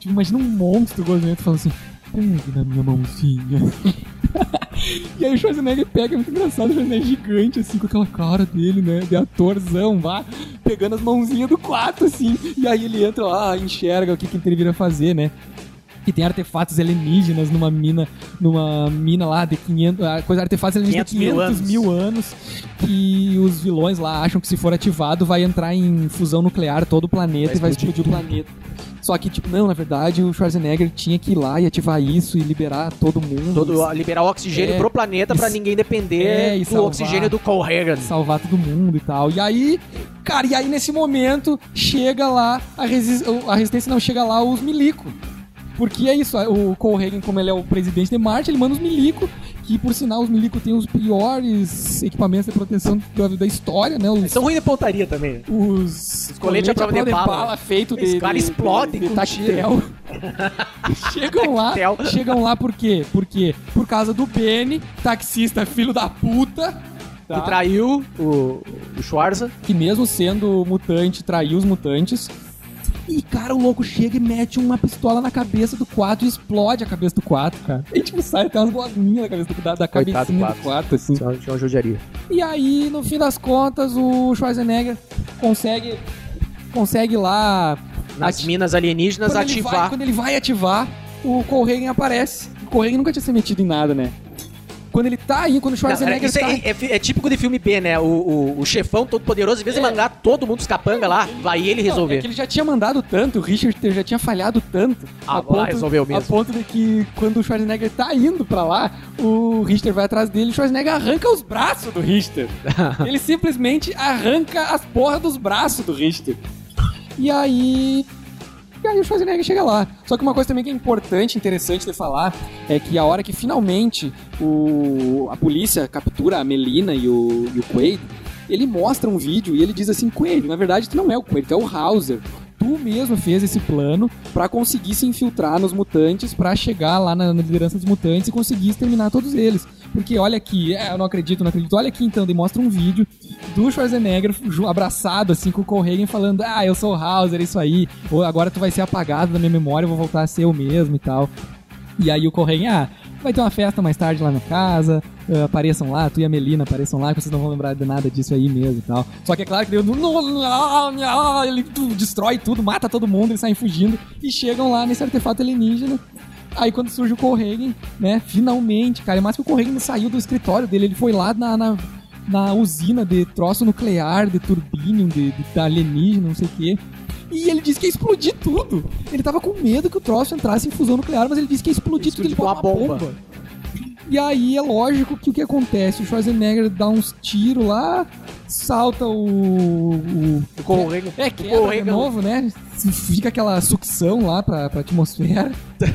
Tipo, imagina um monstro gozento falando assim, pegue na minha mãozinha. e aí o Schwarzenegger pega, é muito engraçado, o Schwarzenegger gigante, assim, com aquela cara dele, né, de atorzão, vá, pegando as mãozinhas do quarto, assim, e aí ele entra lá, enxerga o que, que ele vira fazer, né. E tem artefatos alienígenas numa mina, numa mina lá de 500, ah, coisa artefatos alienígenas 500 mil de 500 mil anos. que os vilões lá acham que se for ativado vai entrar em fusão nuclear todo o planeta Vai e vai explodir explodir o planeta. Só que, tipo, não, na verdade, o Schwarzenegger tinha que ir lá e ativar isso e liberar todo mundo. Todo, liberar oxigênio É, pro planeta pra e- ninguém depender é, e do salvar. oxigênio do Cole Hagan. salvar todo mundo e tal. E aí, cara, e aí nesse momento chega lá a, resi- a resistência, não, chega lá os milico. Porque é isso, o Colhagen, como ele é o presidente de Marte, ele manda os milico, que por sinal os milico têm os piores equipamentos de proteção da, da história, né? Os, São ruim de pontaria também. os, Os coletes à prova de bala. feito de, Os caras de- explodem de, de com tactel. chegam lá, Tactel. chegam lá por quê? Por quê? Por causa do Benny, taxista filho da puta. tá? Que traiu o, o Schwarza. que mesmo sendo mutante, traiu os mutantes. E, cara, o louco chega e mete uma pistola na cabeça do 4 e explode a cabeça do 4, cara. E, tipo, sai até umas bolinhas da cabeça do, da, da Coitado cabecinha do quatro. do 4, assim. Isso é uma- isso é uma judiaria. E aí, no fim das contas, o Schwarzenegger consegue, consegue lá... Nas ati- minas alienígenas quando ele vai- ativar. quando ele vai ativar, o Colhagen aparece. O Colhagen nunca tinha se metido em nada, né? Quando ele tá aí, quando o Não, Schwarzenegger isso é, tá... é fi- é típico de filme B, né? O, o, o chefão todo poderoso, em vez de mandar todo mundo os capanga lá, vai ele É. Não, resolver. é que ele já tinha mandado tanto, o Richard já tinha falhado tanto. Ah, vai lá, resolveu mesmo. A ponto de que quando o Schwarzenegger tá indo pra lá, o Richter vai atrás dele e o Schwarzenegger arranca os braços do Richter. ele simplesmente arranca as porras dos braços do Richter. E aí. E aí o Schwarzenegger chega lá. Só que uma coisa também que é importante, interessante de falar, é que a hora que finalmente o, a polícia captura a Melina e o, e o Quaid, ele mostra um vídeo e ele diz assim, Quaid, na verdade tu não é o Quaid, tu é o Hauser. Tu mesmo fez esse plano pra conseguir se infiltrar nos mutantes, pra chegar lá na, na liderança dos mutantes e conseguir exterminar todos eles. Porque olha aqui, é, eu não acredito, não acredito. Olha aqui então, ele mostra um vídeo do Schwarzenegger ju- abraçado assim com o Correia falando: Ah, eu sou o Hauser, é isso aí. Ou agora tu vai ser apagado da minha memória, eu vou voltar a ser eu mesmo e tal. E aí o Correia, ah, vai ter uma festa mais tarde lá na casa, ah, apareçam lá, tu e a Melina apareçam lá, que vocês não vão lembrar de nada disso aí mesmo e tal. Só que é claro que deu. no- no- no- no- Ele tu- destrói tudo, mata todo mundo, eles saem fugindo e chegam lá nesse artefato alienígena. Aí quando surge o Correia, né, finalmente, cara, é mais que o Correia não saiu do escritório dele, ele foi lá na- na na usina de troço nuclear, de turbínio, de, de da alienígena, não sei o quê. E ele disse que ia explodir tudo. Ele tava com medo que o troço entrasse em fusão nuclear, mas ele disse que ia explodir tudo, ele Explodir com botou uma uma bomba. E aí é lógico que o que acontece? O Schwarzenegger dá uns tiros lá, salta o. o O Correio. é, quebra Correia- de novo, né? Fica aquela sucção lá pra, pra atmosfera.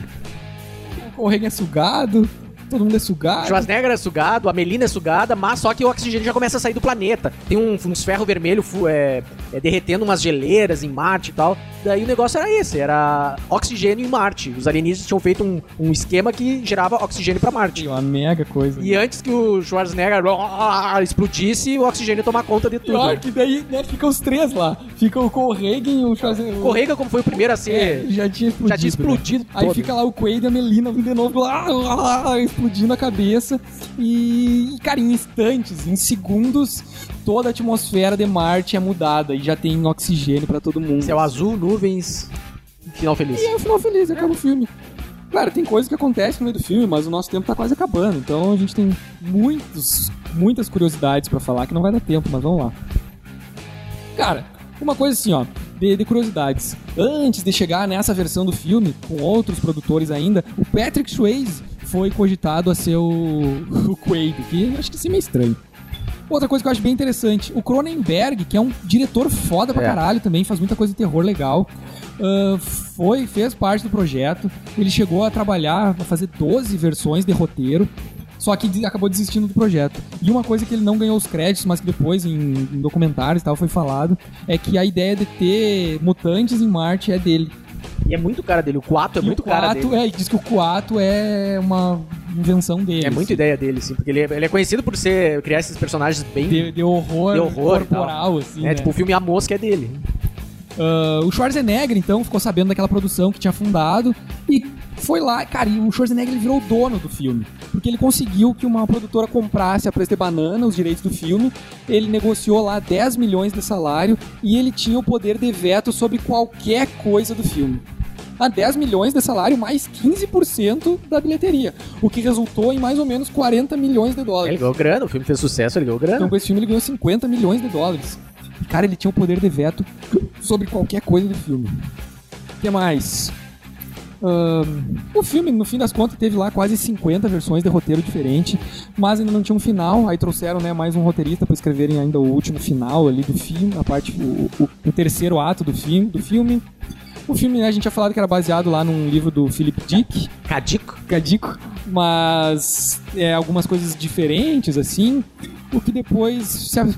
o Correio é sugado, todo mundo é O sugado. Schwarzenegger é sugado, a Melina é sugada, mas só que o oxigênio já começa a sair do planeta. Tem um- uns ferro vermelho fu- é, é, derretendo umas geleiras em Marte e tal. Daí o negócio era esse, era oxigênio em Marte. Os alienígenas tinham feito um, um esquema que gerava oxigênio pra Marte. Uma mega coisa. né? E antes que o Schwarzenegger ah, explodisse, o oxigênio ia tomar conta de tudo. Pior né? que daí, né, ficam os três lá. Fica o Corregan, o Schwarzenegger. O Correia, como foi o primeiro a ser... É, já tinha explodido. já tinha né? explodido Aí todo. fica lá o Quaid e a Melina de novo, lá, lá, lá, explodindo a cabeça. E, cara, em instantes, em segundos, toda a atmosfera de Marte é mudada e já tem oxigênio pra todo mundo. Céu azul, nuvens, final feliz. E é o final feliz, acaba o filme. Claro, tem coisa que acontece no meio do filme, mas o nosso tempo tá quase acabando. Então a gente tem muitos, muitas curiosidades pra falar que não vai dar tempo, mas vamos lá. Cara, uma coisa assim, ó, de, de curiosidades. Antes de chegar nessa versão do filme, com outros produtores ainda, o Patrick Swayze foi cogitado a ser o, o Quaid, que eu acho que isso é meio estranho. Outra coisa que eu acho bem interessante, o Cronenberg, que é um diretor foda pra É. caralho também, faz muita coisa de terror legal, ah, foi, fez parte do projeto, ele chegou a trabalhar, a fazer 12 versões de roteiro, só que des- acabou desistindo do projeto. E uma coisa que ele não ganhou os créditos, mas que depois em, em documentários e tal foi falado, é que a ideia de ter mutantes em Marte é dele. E é muito cara dele, o 4 é e muito o cara Quato, dele. é, e diz que o Quato é uma invenção dele. É muito assim, ideia dele, sim, porque ele é, ele é conhecido por ser criar esses personagens bem. de, de horror, De horror e corporal, assim. né? né? Tipo, o filme A Mosca é dele. Ah, o Schwarzenegger, então, ficou sabendo daquela produção que tinha fundado e foi lá, cara, e o Schwarzenegger ele virou o dono do filme. Porque ele conseguiu que uma produtora comprasse a preço de banana os direitos do filme, ele negociou lá 10 milhões de salário e ele tinha o poder de veto sobre qualquer coisa do filme. A 10 milhões de salário mais 15% da bilheteria, o que resultou em mais ou menos 40 milhões de dólares. Ele ganhou grana, o filme fez sucesso, ele ganhou grana. Então, com esse filme, ele ganhou 50 milhões de dólares. E, cara, ele tinha o poder de veto sobre qualquer coisa do filme. O que mais? Ahn, o filme, no fim das contas, teve lá quase 50 versões de roteiro diferente, mas ainda não tinha um final. Aí trouxeram né, mais um roteirista para escreverem ainda o último final ali do filme, a parte, o, o- o terceiro ato do filme. Do filme. O filme, né, a gente tinha falado que era baseado lá num livro do Philip Dick, Cadico. Cadico, mas é, algumas coisas diferentes, assim. O que depois se-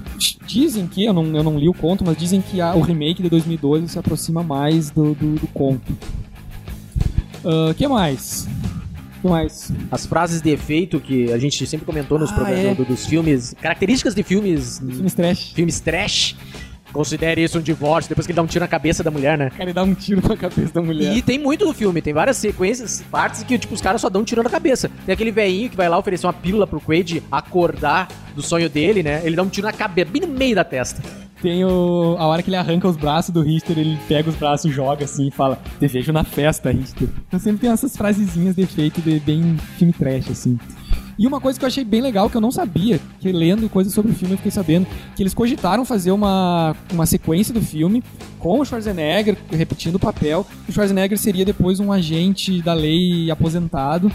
dizem que, eu não, eu não li o conto, mas dizem que a- o remake de 2012 se aproxima mais do, do, do conto. O que mais? que mais? As frases de efeito que a gente sempre comentou nos Ah, programas é. do- dos filmes, características de filmes, Filmes trash. filmes trash. Considere isso um divórcio, depois que ele dá um tiro na cabeça da mulher, né? O cara dá um tiro na cabeça da mulher. E tem muito no filme, tem várias sequências, partes que tipo, os caras só dão um tiro na cabeça. Tem aquele velhinho que vai lá oferecer uma pílula pro Quaid acordar do sonho dele, né? Ele dá um tiro na cabeça, bem no meio da testa. Tem o, a hora que ele arranca os braços do Richter, ele pega os braços, joga assim e fala: Te vejo na festa, Richter. Então sempre tem essas frasezinhas de efeito de bem filme trash, assim. E uma coisa que eu achei bem legal, que eu não sabia, que lendo coisas sobre o filme eu fiquei sabendo, que eles cogitaram fazer uma, uma sequência do filme com o Schwarzenegger repetindo o papel. O Schwarzenegger seria depois um agente da lei aposentado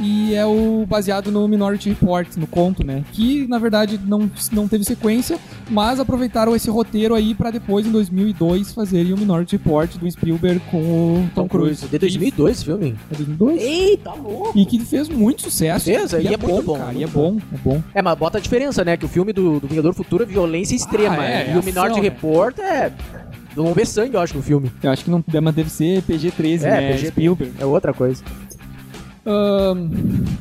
e é o baseado no Minority Report, no conto, né? Que na verdade não, não teve sequência, mas aproveitaram esse roteiro aí pra depois em 2002 fazerem o Minority Report do Spielberg com o Tom Cruise. É De 2002 esse filme. É 2002? Eita, louco! E que fez muito sucesso. Fez, e é muito bom, cara, muito e é bom, é bom. É, mas bota a diferença, né? Que o filme do, do Vingador Futuro é violência extrema. é, é e o ação, Minority né? Report é. Vamos ver sangue, eu acho, no filme. Eu acho que não, mas deve ser PG-13, É, né? PG-13. Spielberg. É outra coisa. Ahn,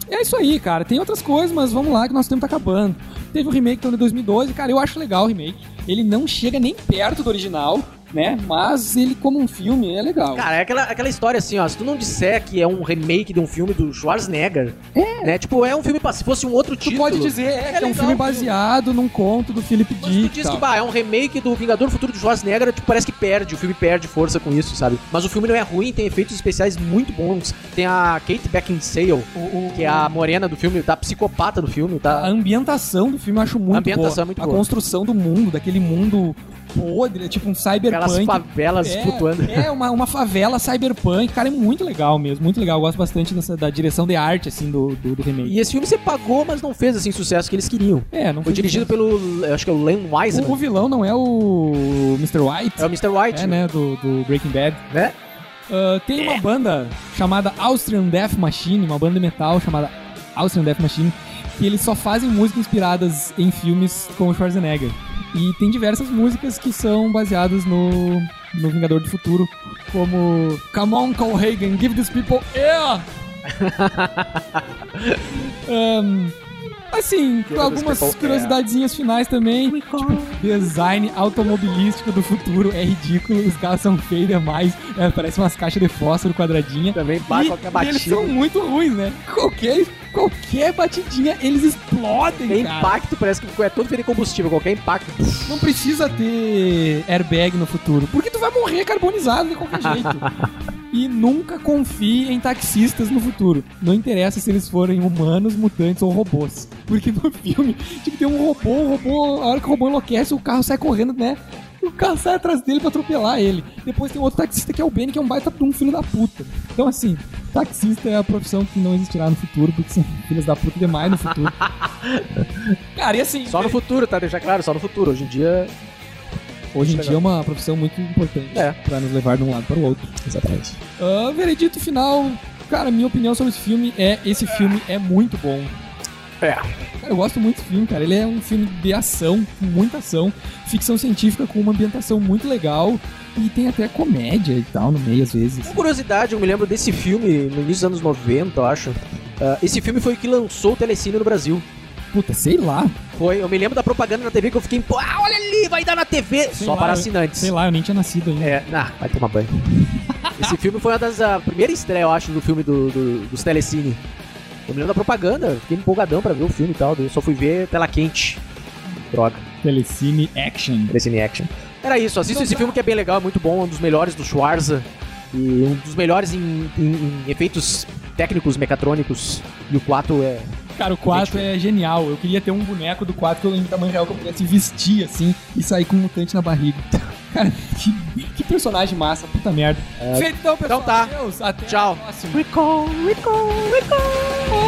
é isso aí, cara. Tem outras coisas, mas vamos lá que nosso tempo tá acabando. Teve o remake então, de 2012, cara, eu acho legal o remake. Ele não chega nem perto do original, né? Mas ele, como um filme, é legal. Cara, é aquela, aquela história assim, ó. Se tu não disser que é um remake de um filme do Schwarzenegger, é. né? Tipo, é um filme. pra- Se fosse um outro tu título. pode dizer é, que é um legal, filme filho. baseado num conto do Philip Mas tu Dick. diz tal. que bah, é um remake do Vingador Futuro de Schwarzenegger, tipo, parece que perde, o filme perde força com isso, sabe? Mas o filme não é ruim, tem efeitos especiais muito bons. Tem a Kate Beckinsale, O- o- que é a morena do filme, tá psicopata do filme, A tá? ambientação do filme eu acho muito A ambientação boa. é muito a boa. construção do mundo, daquele mundo podre, é tipo um Aquelas cyberpunk. favelas É, flutuando. É, uma, uma favela cyberpunk. Cara, é muito legal mesmo, muito legal. Eu gosto bastante dessa- da direção de arte, assim, do, do, do remake. E esse filme você pagou, mas não fez assim o sucesso que eles queriam. É, não Foi foi dirigido pelo, eu acho que é o Len O, o Wiseman. vilão não é o Mr. White, É o Mr. White, é, né, do, do Breaking Bad. né? Ah, tem uma banda chamada Austrian Death Machine, uma banda de metal chamada Austrian Death Machine, que eles só fazem músicas inspiradas em filmes com o Schwarzenegger. E tem diversas músicas que são baseadas no, no Vingador do Futuro, como Come on, Hagen, give these people air! Ahn, assim, these algumas people air. curiosidadezinhas finais também. Tipo, Design automobilístico do futuro é ridículo, os carros são feios demais, é, parece umas caixas de fósforo quadradinha. Também E, paga qualquer e eles são batida. muito ruins, né? Qualquer, qualquer batidinha eles explodem, Tem cara. impacto, parece que é todo feito de combustível, qualquer impacto. Não precisa ter airbag no futuro, porque tu vai morrer carbonizado de qualquer jeito. E nunca confie em taxistas no futuro. Não interessa se eles forem humanos, mutantes ou robôs. Porque no filme, tipo, tem um robô, o robô, a hora que o robô enlouquece, o carro sai correndo, né? O carro sai atrás dele pra atropelar ele. Depois tem outro taxista que é o Benny, que é um baita de um filho da puta. Então, assim, taxista é a profissão que não existirá no futuro, porque são filhos da puta demais no futuro. Cara, e assim. Só no futuro, tá? Deixar claro, só no futuro. Hoje em dia Hoje em dia é uma profissão muito importante É. pra nos levar de um lado para o outro. Exatamente. Ah, veredito final, cara, minha opinião sobre esse filme é esse filme é muito bom. É. Cara, eu gosto muito desse filme, cara. Ele é um filme de ação, com muita ação, ficção científica com uma ambientação muito legal e tem até comédia e tal no meio às vezes. Uma curiosidade, eu me lembro desse filme no início dos anos 90, eu acho. Ah, esse filme foi o que lançou o Telecine no Brasil. Puta, sei lá. Foi, eu me lembro da propaganda na TV que eu fiquei, pô, ah, olha ali, vai dar na TV. Sei Só lá, para eu- assinantes. Sei lá, eu nem tinha nascido ainda. É, ah, vai tomar banho. Esse filme foi uma das ah, primeira estreia, eu acho, do filme do, do- dos Telecine. Eu me lembro da propaganda, fiquei empolgadão pra ver o filme e tal, daí eu só fui ver tela quente. Droga, Telecine Action. Telecine Action. Era isso, assista Então esse tá. filme que é bem legal, é muito bom, um dos melhores do Schwarza. E um dos melhores em, em- em efeitos técnicos, mecatrônicos. E o 4 é. Cara, o 4 é genial. Eu queria ter um boneco do 4 que eu lembro do tamanho real que eu pudesse vestir assim e sair com um mutante na barriga. Cara, que, que personagem massa, puta merda. Feito então, pessoal. É. Então tá. Adeus, até Tchau. a próxima. Recall, recall, recall.